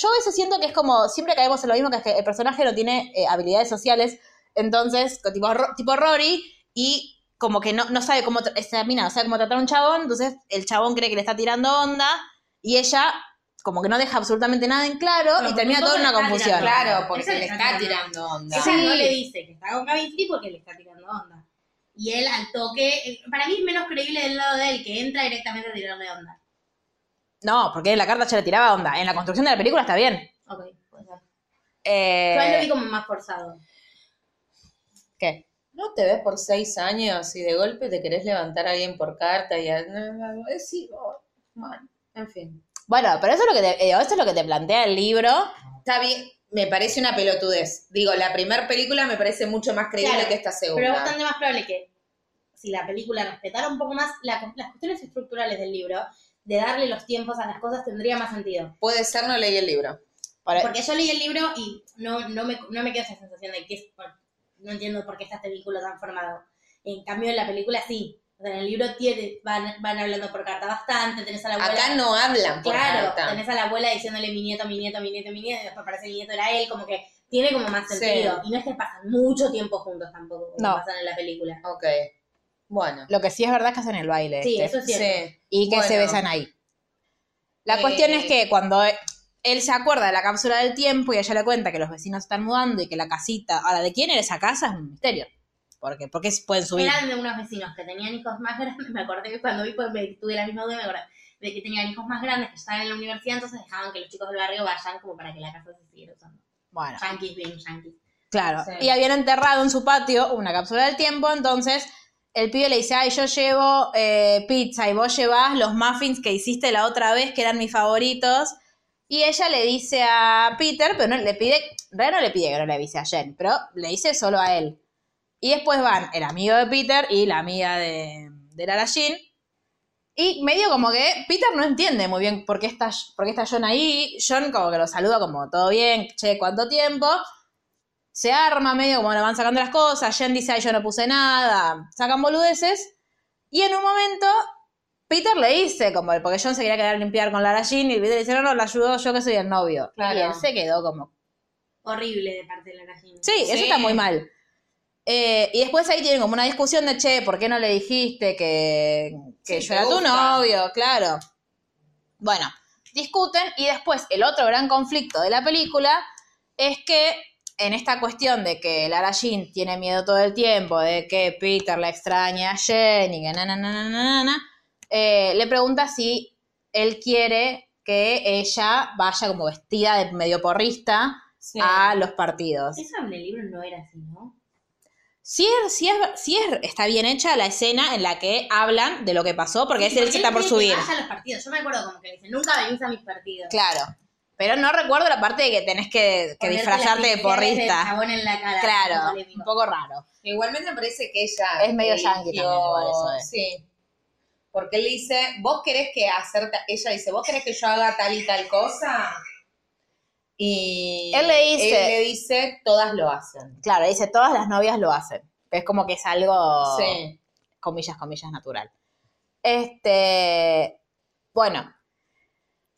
S4: yo a veces siento que es como, siempre caemos en lo mismo, que es que el personaje no tiene eh, habilidades sociales, entonces, co- tipo, Ro- tipo Rory, y como que no, no sabe cómo, tra- esta mina no sabe cómo tratar a un chabón, entonces el chabón cree que le está tirando onda y ella como que no deja absolutamente nada en claro
S6: No,
S4: y termina
S6: porque
S4: todo en una
S6: todo le está
S4: confusión.
S6: tirando.
S5: Claro, porque
S6: Esa
S5: le
S6: es
S5: está
S6: la
S5: tirando onda.
S6: Ella
S2: Sí.
S6: no le dice que está con Gavitri porque le está tirando onda. Y él al toque, eh, para mí es menos creíble del lado de él, que entra directamente a tirarle onda.
S4: No, porque en la carta ya le tiraba onda. En la construcción de la película está bien.
S6: Ok, pues ya.
S4: Eh,
S6: Yo a él lo vi como más forzado.
S4: ¿Qué?
S5: ¿No te ves por seis años y de golpe te querés levantar a alguien por carta y a- eh, sí, oh, bueno, en fin.
S4: Bueno, pero eso es lo que te, eh, eso es lo que te plantea el libro.
S5: Está bien, me parece una pelotudez. Digo, la primera película me parece mucho más creíble
S6: Claro,
S5: que esta
S6: Pero es
S5: segunda.
S6: bastante más probable que si la película respetara un poco más la- las cuestiones estructurales del libro, de darle los tiempos a las cosas tendría más sentido.
S5: Puede ser, no leí el libro. Eh,
S4: Para-
S6: Porque yo leí el libro y no, no, me, no me queda esa sensación de que es por- no entiendo por qué está este vínculo tan formado. En cambio, en la película sí. O sea, en el libro tiene, van, van hablando por carta bastante, tenés a la abuela.
S5: Acá no hablan por
S6: Claro,
S5: carta.
S6: tenés a la abuela diciéndole mi nieto, mi nieto, mi nieto, mi nieto, y después aparece el nieto, era él, como que tiene como más
S5: Sí.
S6: sentido. Y no es que pasan mucho tiempo juntos tampoco, como
S4: No.
S6: pasan en la película.
S5: Ok. Bueno.
S4: Lo que sí es verdad es que hacen el baile.
S6: Sí,
S4: este.
S6: eso sí.
S5: Sí.
S4: y que se
S5: Bueno.
S4: besan ahí. La cuestión es que cuando e, él se acuerda de la cápsula del tiempo y ella le cuenta que los vecinos están mudando y que la casita, ahora de quién era esa casa es un misterio. Porque porque pueden subir.
S6: Eran de unos vecinos que tenían hijos más grandes, me acordé que cuando vi, pues me tuve la misma duda, me acordé de que tenían hijos más grandes que estaban en la universidad, entonces dejaban que los chicos del barrio vayan como para que la casa se siguiera usando.
S4: Bueno,
S6: Yankees being yankees.
S4: claro.
S5: Sí.
S4: Y habían enterrado en su patio una cápsula del tiempo, entonces el pibe le dice, ay, yo llevo eh, pizza y vos llevás los muffins que hiciste la otra vez, que eran mis favoritos. Y ella le dice a Peter, pero no le pide, en realidad no le pide que no le avise a Jen, pero le dice solo a él. Y después van el amigo de Peter y la amiga de, de Lara Jean. Y medio como que Peter no entiende muy bien por qué, está, por qué está John ahí. John como que lo saluda como todo bien, che, cuánto tiempo. Se arma medio como le van sacando las cosas. Jen dice, ay, yo no puse nada. Sacan boludeces. Y en un momento Peter le dice, como porque John se quería quedar a limpiar con Lara Jean. Y Peter le dice, no, no, la ayudo yo que soy el novio.
S5: Claro.
S4: Y él se quedó como,
S6: Horrible de parte de la Regina.
S4: Sí, eso
S5: Sí.
S4: está muy mal. Eh, y después ahí tienen como una discusión de, che, ¿por qué no le dijiste que, que yo
S5: Sí, te
S4: era tu
S5: gusta.
S4: novio? Claro. Bueno, discuten y después el otro gran conflicto de la película es que en esta cuestión de que Lara Jean tiene miedo todo el tiempo, de que Peter la extraña a Jen y que na, na, na, na, na, na, na, eh, le pregunta si él quiere que ella vaya como vestida de medio porrista
S5: Sí.
S4: a los partidos.
S6: Eso en el libro no era así, ¿no?
S4: Sí, es, sí, es, sí es- está bien hecha la escena en la que hablan de lo que pasó, porque es
S6: Sí,
S4: él se está por
S6: cree que
S4: subir.
S6: Vaya a los partidos. Yo me acuerdo como que le dice, nunca venís a mis partidos.
S4: Claro. Pero no recuerdo la parte de que tenés que, que
S6: Ponerte
S4: disfrazarte de
S6: las iniciales del
S4: porrista.
S6: chabón en la cara.
S4: Claro,
S6: Polémico.
S4: un poco raro.
S5: Igualmente me parece que ella.
S4: Es medio yankee también igual eso, eh.
S5: Sí. Porque él dice, vos querés que hacer. ta- Ella dice, vos querés que yo haga tal y tal cosa. Y.
S4: Él le dice-
S5: Él le dice, todas lo hacen.
S4: Claro, dice, todas las novias lo hacen. Es como que es algo,
S5: Sí.
S4: comillas, comillas, natural. Este, bueno,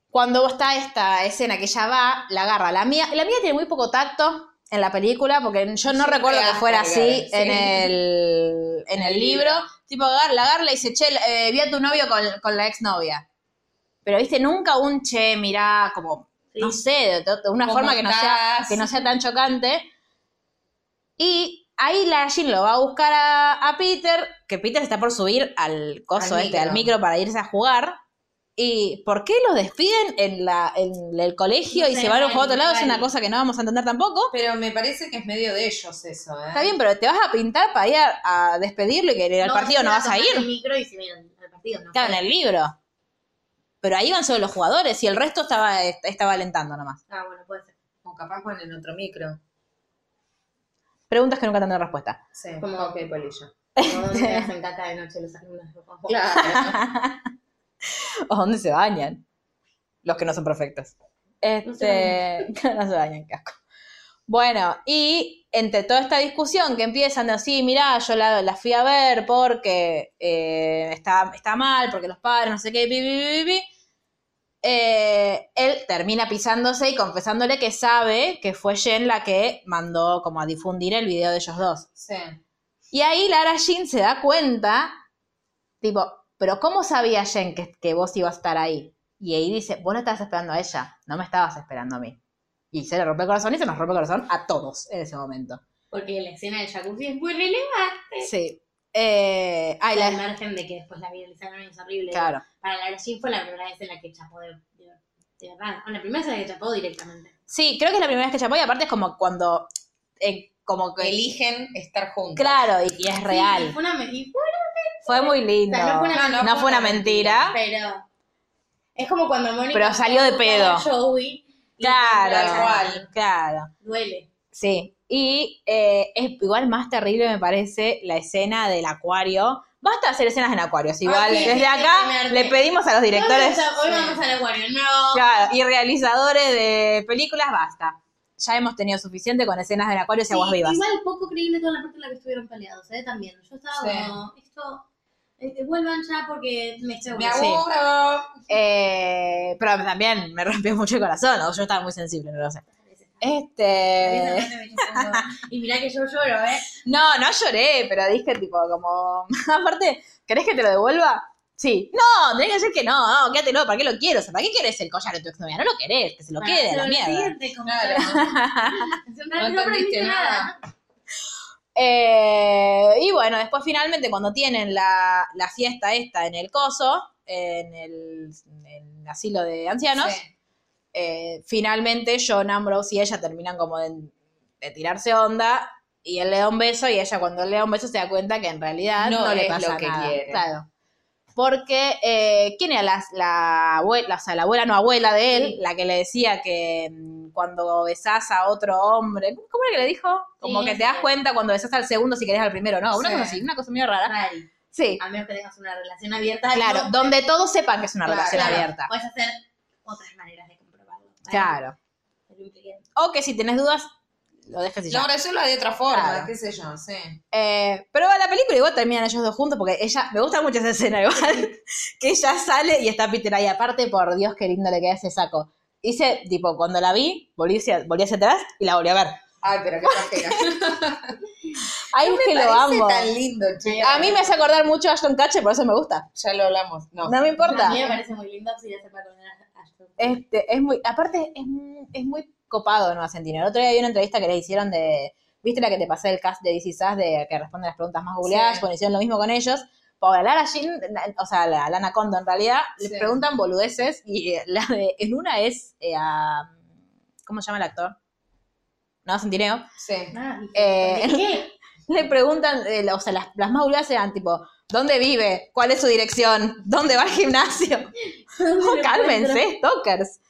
S4: cuando está esta escena que ella va, la agarra. La mía, la mía tiene muy poco tacto en la película, porque yo no
S5: Siempre
S4: recuerdo que
S5: agarra,
S4: fuera
S5: agarra,
S4: así
S5: sí.
S4: en el, en el libro. Tipo, agar- la agarra y dice, che, eh, vi a tu novio con, con la exnovia. Pero, viste, nunca un che, mirá, como, no sé, de, de una
S5: ¿Cómo
S4: forma que no, sea,
S5: estás?
S4: que no sea tan chocante. Y ahí la Jean lo va a buscar a, a Peter, que Peter está por subir al coso
S5: Al
S4: este, al
S5: micro.
S4: micro para irse a jugar. ¿Y por qué los despiden en, la, en el colegio
S6: No
S4: y
S6: sé,
S4: se van a un
S6: no,
S4: juego a otro lado? Es
S6: igual.
S4: una cosa que no vamos a entender tampoco.
S5: Pero me parece que es medio de ellos eso, ¿eh?
S4: Está bien, pero te vas a pintar para ir a, a despedirlo y que al
S6: No,
S4: partido no
S6: se
S4: vas a
S6: tomar El
S4: ir.
S6: micro y se vieron al partido, no
S4: Estaba en el libro. Pero ahí van solo los jugadores y el resto estaba, estaba alentando nomás.
S6: Ah, bueno, puede ser.
S5: O capaz van en otro micro.
S4: Preguntas que nunca tendrán respuesta.
S5: Sí.
S6: Como-
S5: Ok, polilla.
S6: ¿O dónde te hacen caca de noche los alumnos?
S5: Claro.
S4: ¿O dónde se bañan? Los que no son perfectos.
S6: No se
S4: Este, no se bañan, qué asco. Bueno, y entre toda esta discusión que empiezan de así, mirá, yo la, la fui a ver porque eh, está, está mal, porque los padres, no sé qué, pi, pi, pi, pi, pi. Eh, él termina pisándose y confesándole que sabe que fue Jen la que mandó como a difundir el video de ellos dos.
S5: sí.
S4: Y ahí Lara Jean se da cuenta, tipo, pero ¿cómo sabía Jen que, que vos ibas a estar ahí? Y ahí dice, vos no estabas esperando a ella, no me estabas esperando a mí. Y se le rompe el corazón y se nos rompe el corazón a todos en ese momento.
S6: Porque la escena del jacuzzi es muy relevante.
S4: Sí. Eh, ay,
S6: Al
S4: la,
S6: margen de que después la viralizaron es horrible.
S4: claro.
S6: Para la Jean fue la primera vez en la que chapó de, de, de verdad. Bueno, la primera vez en la que chapó directamente.
S4: Sí, creo que es la primera vez que chapó y aparte es como cuando, eh, como que...
S5: Eligen estar juntos.
S4: Claro, y, y es
S6: Sí, y
S4: real.
S6: fue una, me- y fue-
S4: Fue muy
S6: o
S4: lindo.
S6: sea, no fue una,
S4: no fue una mentira.
S6: Pero es como cuando Mónica.
S4: Pero salió de pedo.
S6: Joey. y-
S4: Claro, claro.
S6: Duele.
S4: Sí, y eh, es igual más terrible me parece la escena del acuario. Basta hacer escenas en acuarios, igual.
S6: sí, sí,
S4: Desde
S6: sí, me
S4: acá
S6: harté.
S4: le pedimos a los directores
S6: Hoy vamos, a- hoy vamos al acuario. No.
S4: claro, y realizadores de películas, basta. Ya hemos tenido suficiente con escenas del acuario y
S6: Sí,
S4: aguas vivas.
S6: Igual poco creíble toda la parte en la que estuvieron peleados, ¿eh? También. Yo estaba
S5: Sí.
S6: como, esto, eh, vuelvan ya porque me estoy
S5: Me
S6: aburriendo.
S4: Sí.
S5: aburro.
S4: Eh, pero también me rompió mucho el corazón, o yo estaba muy sensible, no lo sé. Este.
S6: Y mirá que yo lloro, ¿eh?
S4: No, no lloré, pero dije tipo como, aparte, ¿querés que te lo devuelva? Sí. No, tenés que decir que no, no, quédatelo, ¿para qué lo quiero? O sea, ¿para qué querés el collar de tu exnovia? No lo querés, que se lo
S6: Para
S4: quede, a
S6: hacer
S4: la
S6: el
S4: mierda.
S6: siguiente, como
S5: Claro.
S6: que- No,
S5: entendiste
S6: aprendiste
S5: nada.
S4: Eh, y bueno, después finalmente cuando tienen la, la fiesta esta en el coso, en el, en el asilo de ancianos,
S5: Sí.
S4: eh, finalmente John Ambrose y ella terminan como de, de tirarse onda y él le da un beso y ella cuando le da un beso se da cuenta que en realidad no,
S5: No
S4: le
S5: es
S4: pasa
S5: lo que
S4: nada.
S5: quiere.
S4: Claro. Porque, eh, ¿quién era la, la abuela, o sea, la abuela no abuela de él, la que le decía que mm, cuando besás a otro hombre, ¿cómo era que le dijo? Como
S6: Sí,
S4: que te das
S6: sí.
S4: cuenta cuando besás al segundo si querés al primero, ¿no? Una
S5: Sí.
S4: cosa así, una cosa medio rara.
S6: Mari,
S4: Sí,
S6: A menos que tengas una relación abierta.
S4: claro,
S6: no,
S4: donde todos sepan que es una
S5: Claro,
S4: relación
S6: claro,
S4: abierta.
S6: Puedes hacer otras maneras de comprobarlo. ¿vale?
S4: Claro.
S6: Pero implica-
S4: O que si tenés dudas, lo dejes y ya.
S5: No, resuelva de otra forma,
S4: Claro.
S5: qué sé yo, sí.
S4: Eh, pero va la película igual terminan ellos dos juntos porque ella, me gusta mucho esa escena igual, que ella sale y está Peter ahí aparte, por Dios qué lindo le queda ese saco. Hice, tipo, cuando la vi, volví hacia, volví hacia atrás y la volví a ver.
S5: Ay, pero qué partida.
S4: Ahí es que lo amo.
S5: tan lindo, che.
S4: A mí me hace acordar mucho a Ashton Kutcher, por eso me gusta.
S5: Ya lo hablamos. No.
S4: No me importa.
S6: A mí me parece muy lindo si ya sepa con
S4: Este, es muy, aparte, es, mu- es muy copado no Argentino. El otro día vi una entrevista que les hicieron de. ¿Viste la que te pasé el cast de DC Sass de que responde las preguntas más googleadas?
S5: Sí.
S4: Bueno, hicieron lo mismo con ellos. Para Lara Jean, na- o sea, la Lana Condo en realidad, les
S5: Sí.
S4: preguntan boludeces y eh, la de. En una es eh, a. ¿Cómo se llama el actor? No, Centineo.
S5: Sí.
S4: Eh,
S6: ¿De Ah, qué?
S4: Le preguntan, eh, la- o sea, las, las más boludeces eran tipo, ¿dónde vive? ¿Cuál es su dirección? ¿Dónde va al gimnasio? No, cálmense, stalkers.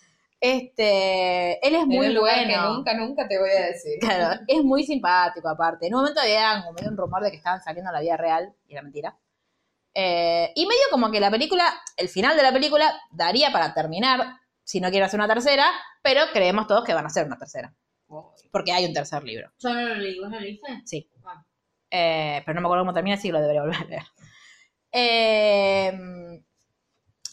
S4: Este, él es
S5: Muy
S4: muy
S5: en un lugar que
S4: bueno.
S5: nunca, nunca te voy a decir.
S4: Claro, es muy simpático aparte. En un momento había como medio un rumor de que estaban saliendo a la vida real y era mentira. Eh, y medio como que la película, el final de la película daría para terminar, si no quiero hacer una tercera, pero creemos todos que van a hacer una tercera, porque hay un tercer libro.
S6: Yo no lo leí, ¿vos no lo leíste?
S4: Sí.
S6: Ah.
S4: Eh, pero no me acuerdo cómo termina, así que lo debería volver a leer. Eh,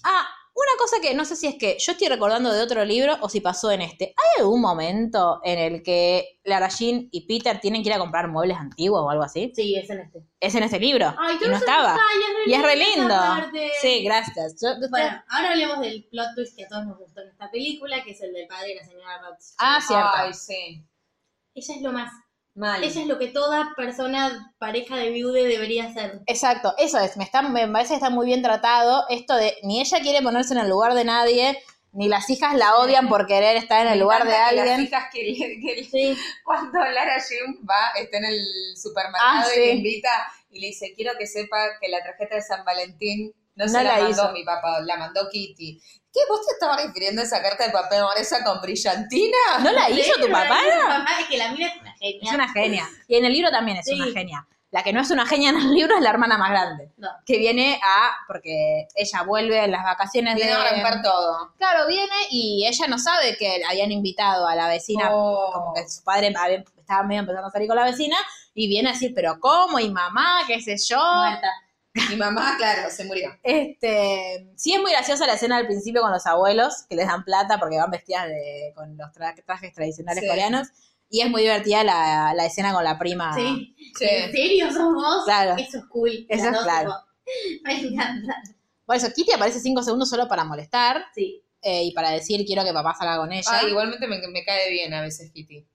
S4: ah, una cosa que no sé si es que yo estoy recordando de otro libro o si pasó en este. ¿Hay algún momento en el que Lara Jean y Peter tienen que ir a comprar muebles antiguos o algo así?
S6: Sí, es en este.
S4: Es en este libro.
S6: Ay,
S4: y
S6: yo
S4: no estaba. Y es re
S6: esa
S4: lindo.
S6: parte.
S4: Sí, gracias. Yo-
S6: Bueno, ahora hablemos del plot twist que a todos nos gustó en esta película, que es el del padre de la señora Rothschild.
S4: ah, cierto.
S5: Ay, sí.
S6: Ella es lo más.
S5: Mal.
S6: Ella es lo que toda persona, pareja de viude debería ser.
S4: Exacto, eso es, me, está, me parece que está muy bien tratado esto de ni ella quiere ponerse en el lugar de nadie, ni las hijas la odian por querer estar en el
S5: Me
S4: lugar de
S5: encanta que
S4: alguien.
S5: Las hijas que, le- que le-
S6: Sí.
S5: cuando Lara Jim va, está en el supermercado
S4: Ah,
S5: y le
S4: sí.
S5: invita y le dice, quiero que sepa que la tarjeta de San Valentín no,
S4: No
S5: se la,
S4: la
S5: mandó
S4: hizo.
S5: mi papá, la mandó Kitty. ¿Qué? ¿Vos te estabas refiriendo a esa carta de papel moresa con brillantina?
S4: ¿No la hizo
S6: Sí,
S4: tu
S6: no la
S4: papá?
S6: hizo tu papá, es que la mina es una genia.
S4: Es una genia. Y en el libro también es
S6: Sí.
S4: una genia. La que no es una genia en el libro es la hermana más grande.
S6: No.
S4: Que viene a. Porque ella vuelve en las vacaciones
S5: Viene
S4: de.
S5: a romper todo.
S4: Claro, viene y ella no sabe que la habían invitado a la vecina.
S5: Oh.
S4: Como que su padre había- estaba medio empezando a salir con la vecina. Y viene a decir, ¿pero cómo? ¿Y mamá? ¿Qué sé yo?
S6: Muerta.
S5: Mi mamá, claro, se murió.
S4: Este, sí es muy graciosa la escena al principio con los abuelos, que les dan plata porque van vestidas de- con los tra- trajes tradicionales
S5: Sí.
S4: coreanos. Y es muy divertida la, la escena con la prima.
S6: Sí. ¿En
S5: Sí.
S6: serio sos vos?
S4: Ah, Claro.
S6: Eso es cool.
S4: Eso
S6: Las
S4: es
S6: dos
S4: claro.
S6: como- Me encanta.
S4: Por eso, Kitty aparece cinco segundos solo para molestar
S6: Sí.
S4: eh, y para decir quiero que papá salga con ella.
S5: Ay, igualmente me, me cae bien a veces Kitty.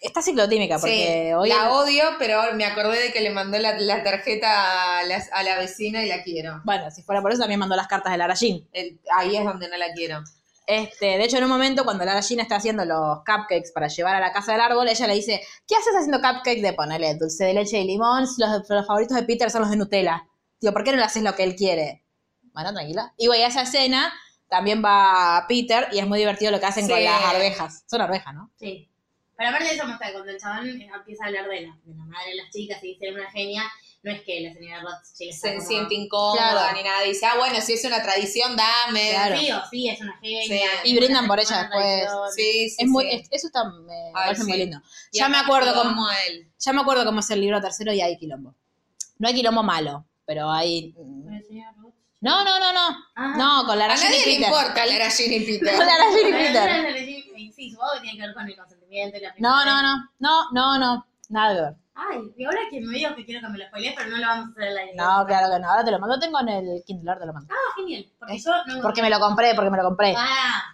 S4: Está ciclotímica porque
S5: Sí,
S4: hoy...
S5: la odio, pero me acordé de que le mandó la, la tarjeta a la, a la vecina y la quiero.
S4: Bueno, si fuera por eso también mandó las cartas de Lara Jean.
S5: El- ahí es donde no la quiero.
S4: Este, de hecho, en un momento cuando Lara Jean está haciendo los cupcakes para llevar a la casa del árbol, ella le dice, ¿qué haces haciendo cupcakes de ponerle dulce de leche y limón si los, los favoritos de Peter son los de Nutella? Digo, ¿por qué no le haces lo que él quiere? Bueno, tranquila. Y güey, a esa escena también va Peter y es muy divertido lo que hacen
S5: Sí.
S4: con las arvejas. Son arvejas, ¿no?
S6: Sí. Pero aparte de eso, más tarde, cuando el chabón empieza a hablar de la, de la madre de las chicas y dice una genia, no es que la señora Rothschild está
S5: Se
S6: como-
S5: siente incómoda
S4: Ah, Claro.
S5: ni nada. Dice, ah, bueno, si es una tradición, dame.
S4: Claro.
S6: Sí, o sí, es una genia.
S5: Sí.
S4: Y brindan
S6: Una
S4: por ella
S6: hermana
S4: después.
S6: mayor.
S5: Sí, sí,
S4: es muy,
S5: sí.
S4: es- eso está, me
S5: Ay,
S4: parece muy
S5: sí.
S4: lindo.
S5: Y
S4: Ya me
S5: acá
S4: acuerdo
S5: lo
S4: cómo,
S5: amo a él.
S4: ya me acuerdo cómo es el libro tercero y hay quilombo. No hay quilombo malo, pero hay...
S6: Pero el señor Rothschild-
S4: No, no, no, no.
S6: Ah.
S4: No, con
S5: A
S4: Lara Jean y
S5: nadie le
S4: Peter.
S5: importa la Ginny Peter.
S4: Con Lara Jean y
S6: Pero el
S4: Peter.
S6: señor Rothschild- Sí, supongo que tiene que ver con el consentimiento y la
S4: No, no, no. No, no, no. Nada que ver.
S6: Ay, y ahora que me digo que quiero que me lo spoilees, pero no lo vamos a hacer al aire.
S4: No, claro que no. Ahora te lo mando. Lo Tengo en el Kindle, ahora te lo mando.
S6: Ah, genial. Porque yo no
S4: Porque me lo compré, porque me lo compré.
S6: Ah,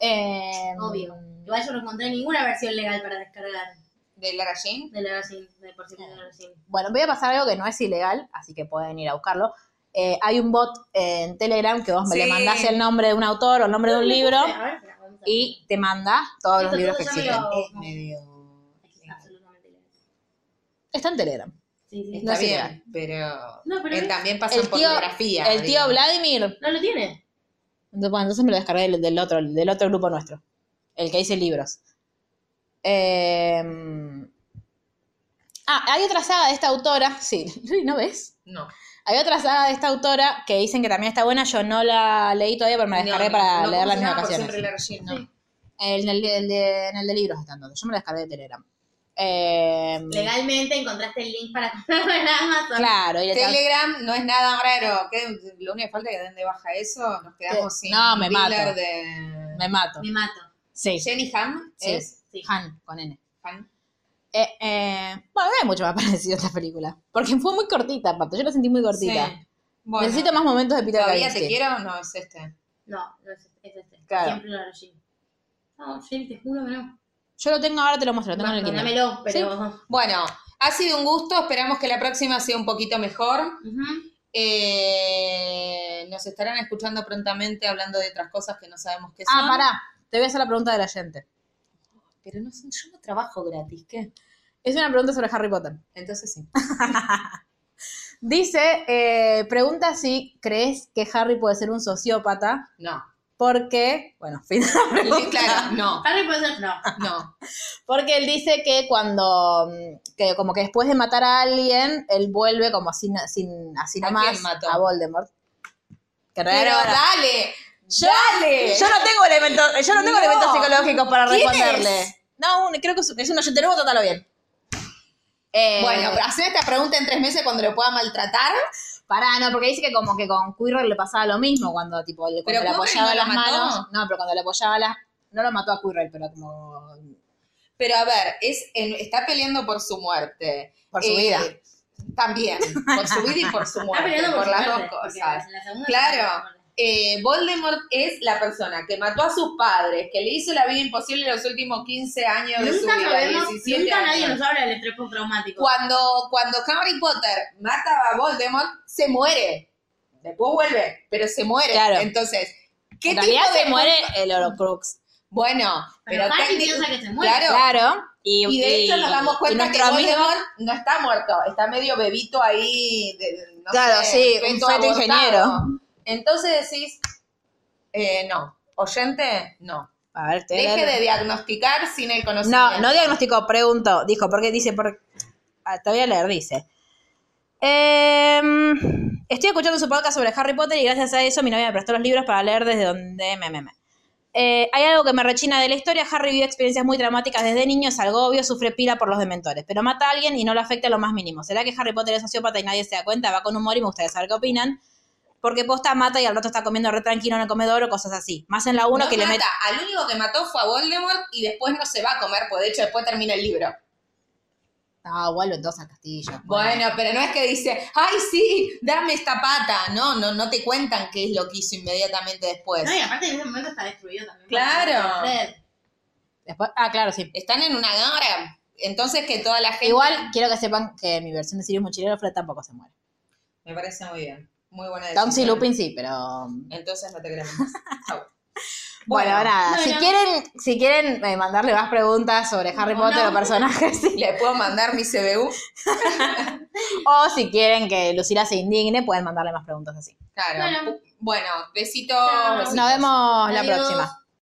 S4: Eh,
S6: obvio. Igual yo no encontré ninguna versión legal para descargar
S5: ¿De Lara Jean?
S6: de la versión de por cierto de la versión.
S4: Bueno, voy a pasar algo que no es ilegal, así que pueden ir a buscarlo. Eh, hay un bot en Telegram que vos me le
S5: Sí.
S4: mandás el nombre de un autor o el nombre de un libro
S6: A ver, espera, vamos a-
S4: y te manda todos los
S6: Esto
S4: libros que
S6: todo ya
S4: existen.
S6: me
S4: Eh,
S6: lo-
S5: Es medio...
S6: Es absolutamente legal.
S4: Está en Telegram.
S6: Sí, sí.
S5: Está
S4: No sé
S5: bien, pero...
S6: No, pero
S5: él
S6: es-
S5: también pasa
S4: El
S5: por
S4: tío,
S5: biografía.
S4: el tío Vladimir.
S6: No lo tiene.
S4: Bueno, entonces me lo descargué del, del otro, del otro grupo nuestro. El que dice libros. Eh, ah, hay otra saga de esta autora. Sí, ¿no ves?
S5: No.
S4: Hay otra saga de esta autora que dicen que también está buena. Yo no la leí todavía, pero me la descargué
S5: No,
S4: para
S5: no,
S4: leerla en
S5: ¿cómo
S4: mis
S5: se llama? Por
S4: vacaciones.
S5: siempre Lara Jean, no.
S4: En, el, el de, en el de libros está entonces. Yo me la descargué de Telegram. Eh,
S6: Legalmente encontraste el link para comprarlo en Amazon.
S4: claro, y le
S5: Telegram no es nada raro. ¿Qué? Lo único que falta es que den de baja eso. Nos quedamos
S4: Sí.
S5: sin
S4: No, me
S5: dealer
S4: mato.
S5: de...
S4: me mato.
S6: Me mato.
S4: Sí,
S5: Jenny Ham
S4: Sí.
S5: es...
S6: Sí.
S4: Han, con N.
S5: Ham.
S4: Eh, eh, bueno, no hay mucho más parecido a esta película. Porque fue muy cortita, Pato. Yo la sentí muy cortita.
S5: Sí. Bueno,
S4: Necesito más momentos de Peter
S5: ¿Todavía
S4: Kavinsky.
S5: te quiero? No, es este.
S6: No, no es, es este.
S4: Claro.
S6: Siempre lo hago Jimmy. No, Jimmy, te juro que no.
S4: Yo lo tengo ahora, te lo muestro. Lo tengo en el Kindle.
S6: Perdónamelo, pero.
S5: Bueno, ha sido un gusto. Esperamos que la próxima sea un poquito mejor.
S6: Ujú.
S5: Eh, nos estarán escuchando prontamente hablando de otras cosas que no sabemos qué son.
S4: Ah, pará. Te voy a hacer la pregunta de la gente.
S5: Pero no, sé, yo no trabajo gratis, ¿qué?
S4: Es una pregunta sobre Harry Potter.
S5: Entonces sí.
S4: Dice, eh, pregunta si crees que Harry puede ser un sociópata
S5: No.
S4: porque, bueno, fin de la
S5: Y sí,
S4: pregunta.
S5: claro, no,
S6: Harry Potter no.
S5: no.
S4: porque él dice que cuando, mm, que como que después de matar a alguien, él vuelve como así, na- sin, así
S5: ¿A
S4: nomás
S5: quién mató?
S4: a Voldemort. Que en
S5: Pero
S4: realidad era-
S5: dale,
S4: yo,
S5: dale.
S4: yo no tengo elementos, yo no tengo
S5: No.
S4: elementos psicológicos para
S5: ¿Quién
S4: responderle.
S5: es?
S4: No, un- creo que es un- es un oyente nuevo, trátalo bien. Eh,
S5: Bueno, pero hacer esta pregunta en tres meses cuando lo pueda maltratar.
S4: Pará, no, porque dice que como que con Quirrell le pasaba lo mismo cuando tipo le, cuando
S5: Pero
S4: le
S5: Quirrell
S4: apoyaba
S5: no lo
S4: las
S5: mató.
S4: manos. No, pero cuando le apoyaba las. No lo mató a Quirrell, pero como.
S5: Pero a ver, es en- está peleando por su muerte.
S4: Por su
S5: Eh,
S4: vida.
S5: También, por su vida y por su
S6: Está
S5: muerte,
S6: peleando
S5: por
S6: su
S5: las
S6: muerte,
S5: dos
S6: porque
S5: cosas.
S6: la segunda-
S5: Claro. Eh, Voldemort es la persona que mató a sus padres, que le hizo la vida imposible los últimos 15 años de su
S6: Nunca
S5: vida,
S6: sabemos,
S5: 17
S6: nunca nadie
S5: años.
S6: nos habla del estrés postraumático.
S5: Cuando, cuando Harry Potter mata a Voldemort, se muere. Después vuelve, pero se muere.
S4: Claro.
S5: Entonces, ¿qué
S4: en realidad
S5: tipo de
S4: se muere el Horocrux.
S5: Bueno,
S6: Pero
S5: pero,
S6: Harry
S5: técnic-
S6: piensa que se muere.
S5: Claro.
S4: Claro. Y,
S5: Y de hecho nos damos
S4: y
S5: cuenta que
S4: nuestro amigo-
S5: Voldemort no está muerto, está medio bebito ahí. de- no
S4: Claro,
S5: sé,
S4: sí, un feto
S5: abortado.
S4: ingeniero.
S5: Entonces decís, eh, no, oyente, no.
S4: A ver, te
S5: Deje de diagnosticar sin el
S4: No,
S5: conocimiento.
S4: no diagnosticó, preguntó. Dijo, porque dice. Por... Ah, te voy a leer, dice. Em, estoy escuchando su podcast sobre Harry Potter y gracias a eso mi novia me prestó los libros para leer desde donde me, me, me. Eh, hay algo que me rechina de la historia. Harry vivió experiencias muy traumáticas desde niño, es algo obvio, sufre pila por los dementores, pero mata a alguien y no lo afecta lo más mínimo. ¿Será que Harry Potter es sociópata y nadie se da cuenta? Va con humor y me gustaría saber qué opinan. Porque posta mata y al rato está comiendo re tranquilo en el comedor o cosas así. Más en la 1
S5: No
S4: que le
S5: mata,
S4: mete.
S5: Al único que mató fue a Voldemort y después no se va a comer, pues de hecho después termina el libro.
S4: Ah, vuelve entonces al castillo.
S5: Bueno, pero no es que dice, ay sí, dame esta pata. No, no, no te cuentan qué es lo que hizo inmediatamente después.
S6: No, y aparte en ese momento está destruido también.
S5: Claro.
S4: Después, ah, claro, sí.
S5: Están en una guerra. Entonces que toda la gente.
S4: Igual quiero que sepan que mi versión de Sirius Mochilero Fred tampoco se muere.
S5: Me parece muy bien. Muy buena decisión.
S4: Tom y Lupin sí, pero.
S5: Entonces no te queremos más. Chau.
S4: Bueno, nada.
S6: bueno.
S4: Si quieren, si quieren eh, mandarle más preguntas sobre Harry
S6: O
S4: Potter
S6: no.
S4: o personajes, sí.
S5: Le puedo mandar mi CBU.
S4: o si quieren que Lucila se indigne, pueden mandarle más preguntas así.
S5: Claro.
S6: Bueno.
S5: Bueno, besitos.
S6: Chao.
S5: besitos.
S4: Nos vemos la
S6: Adiós.
S4: próxima.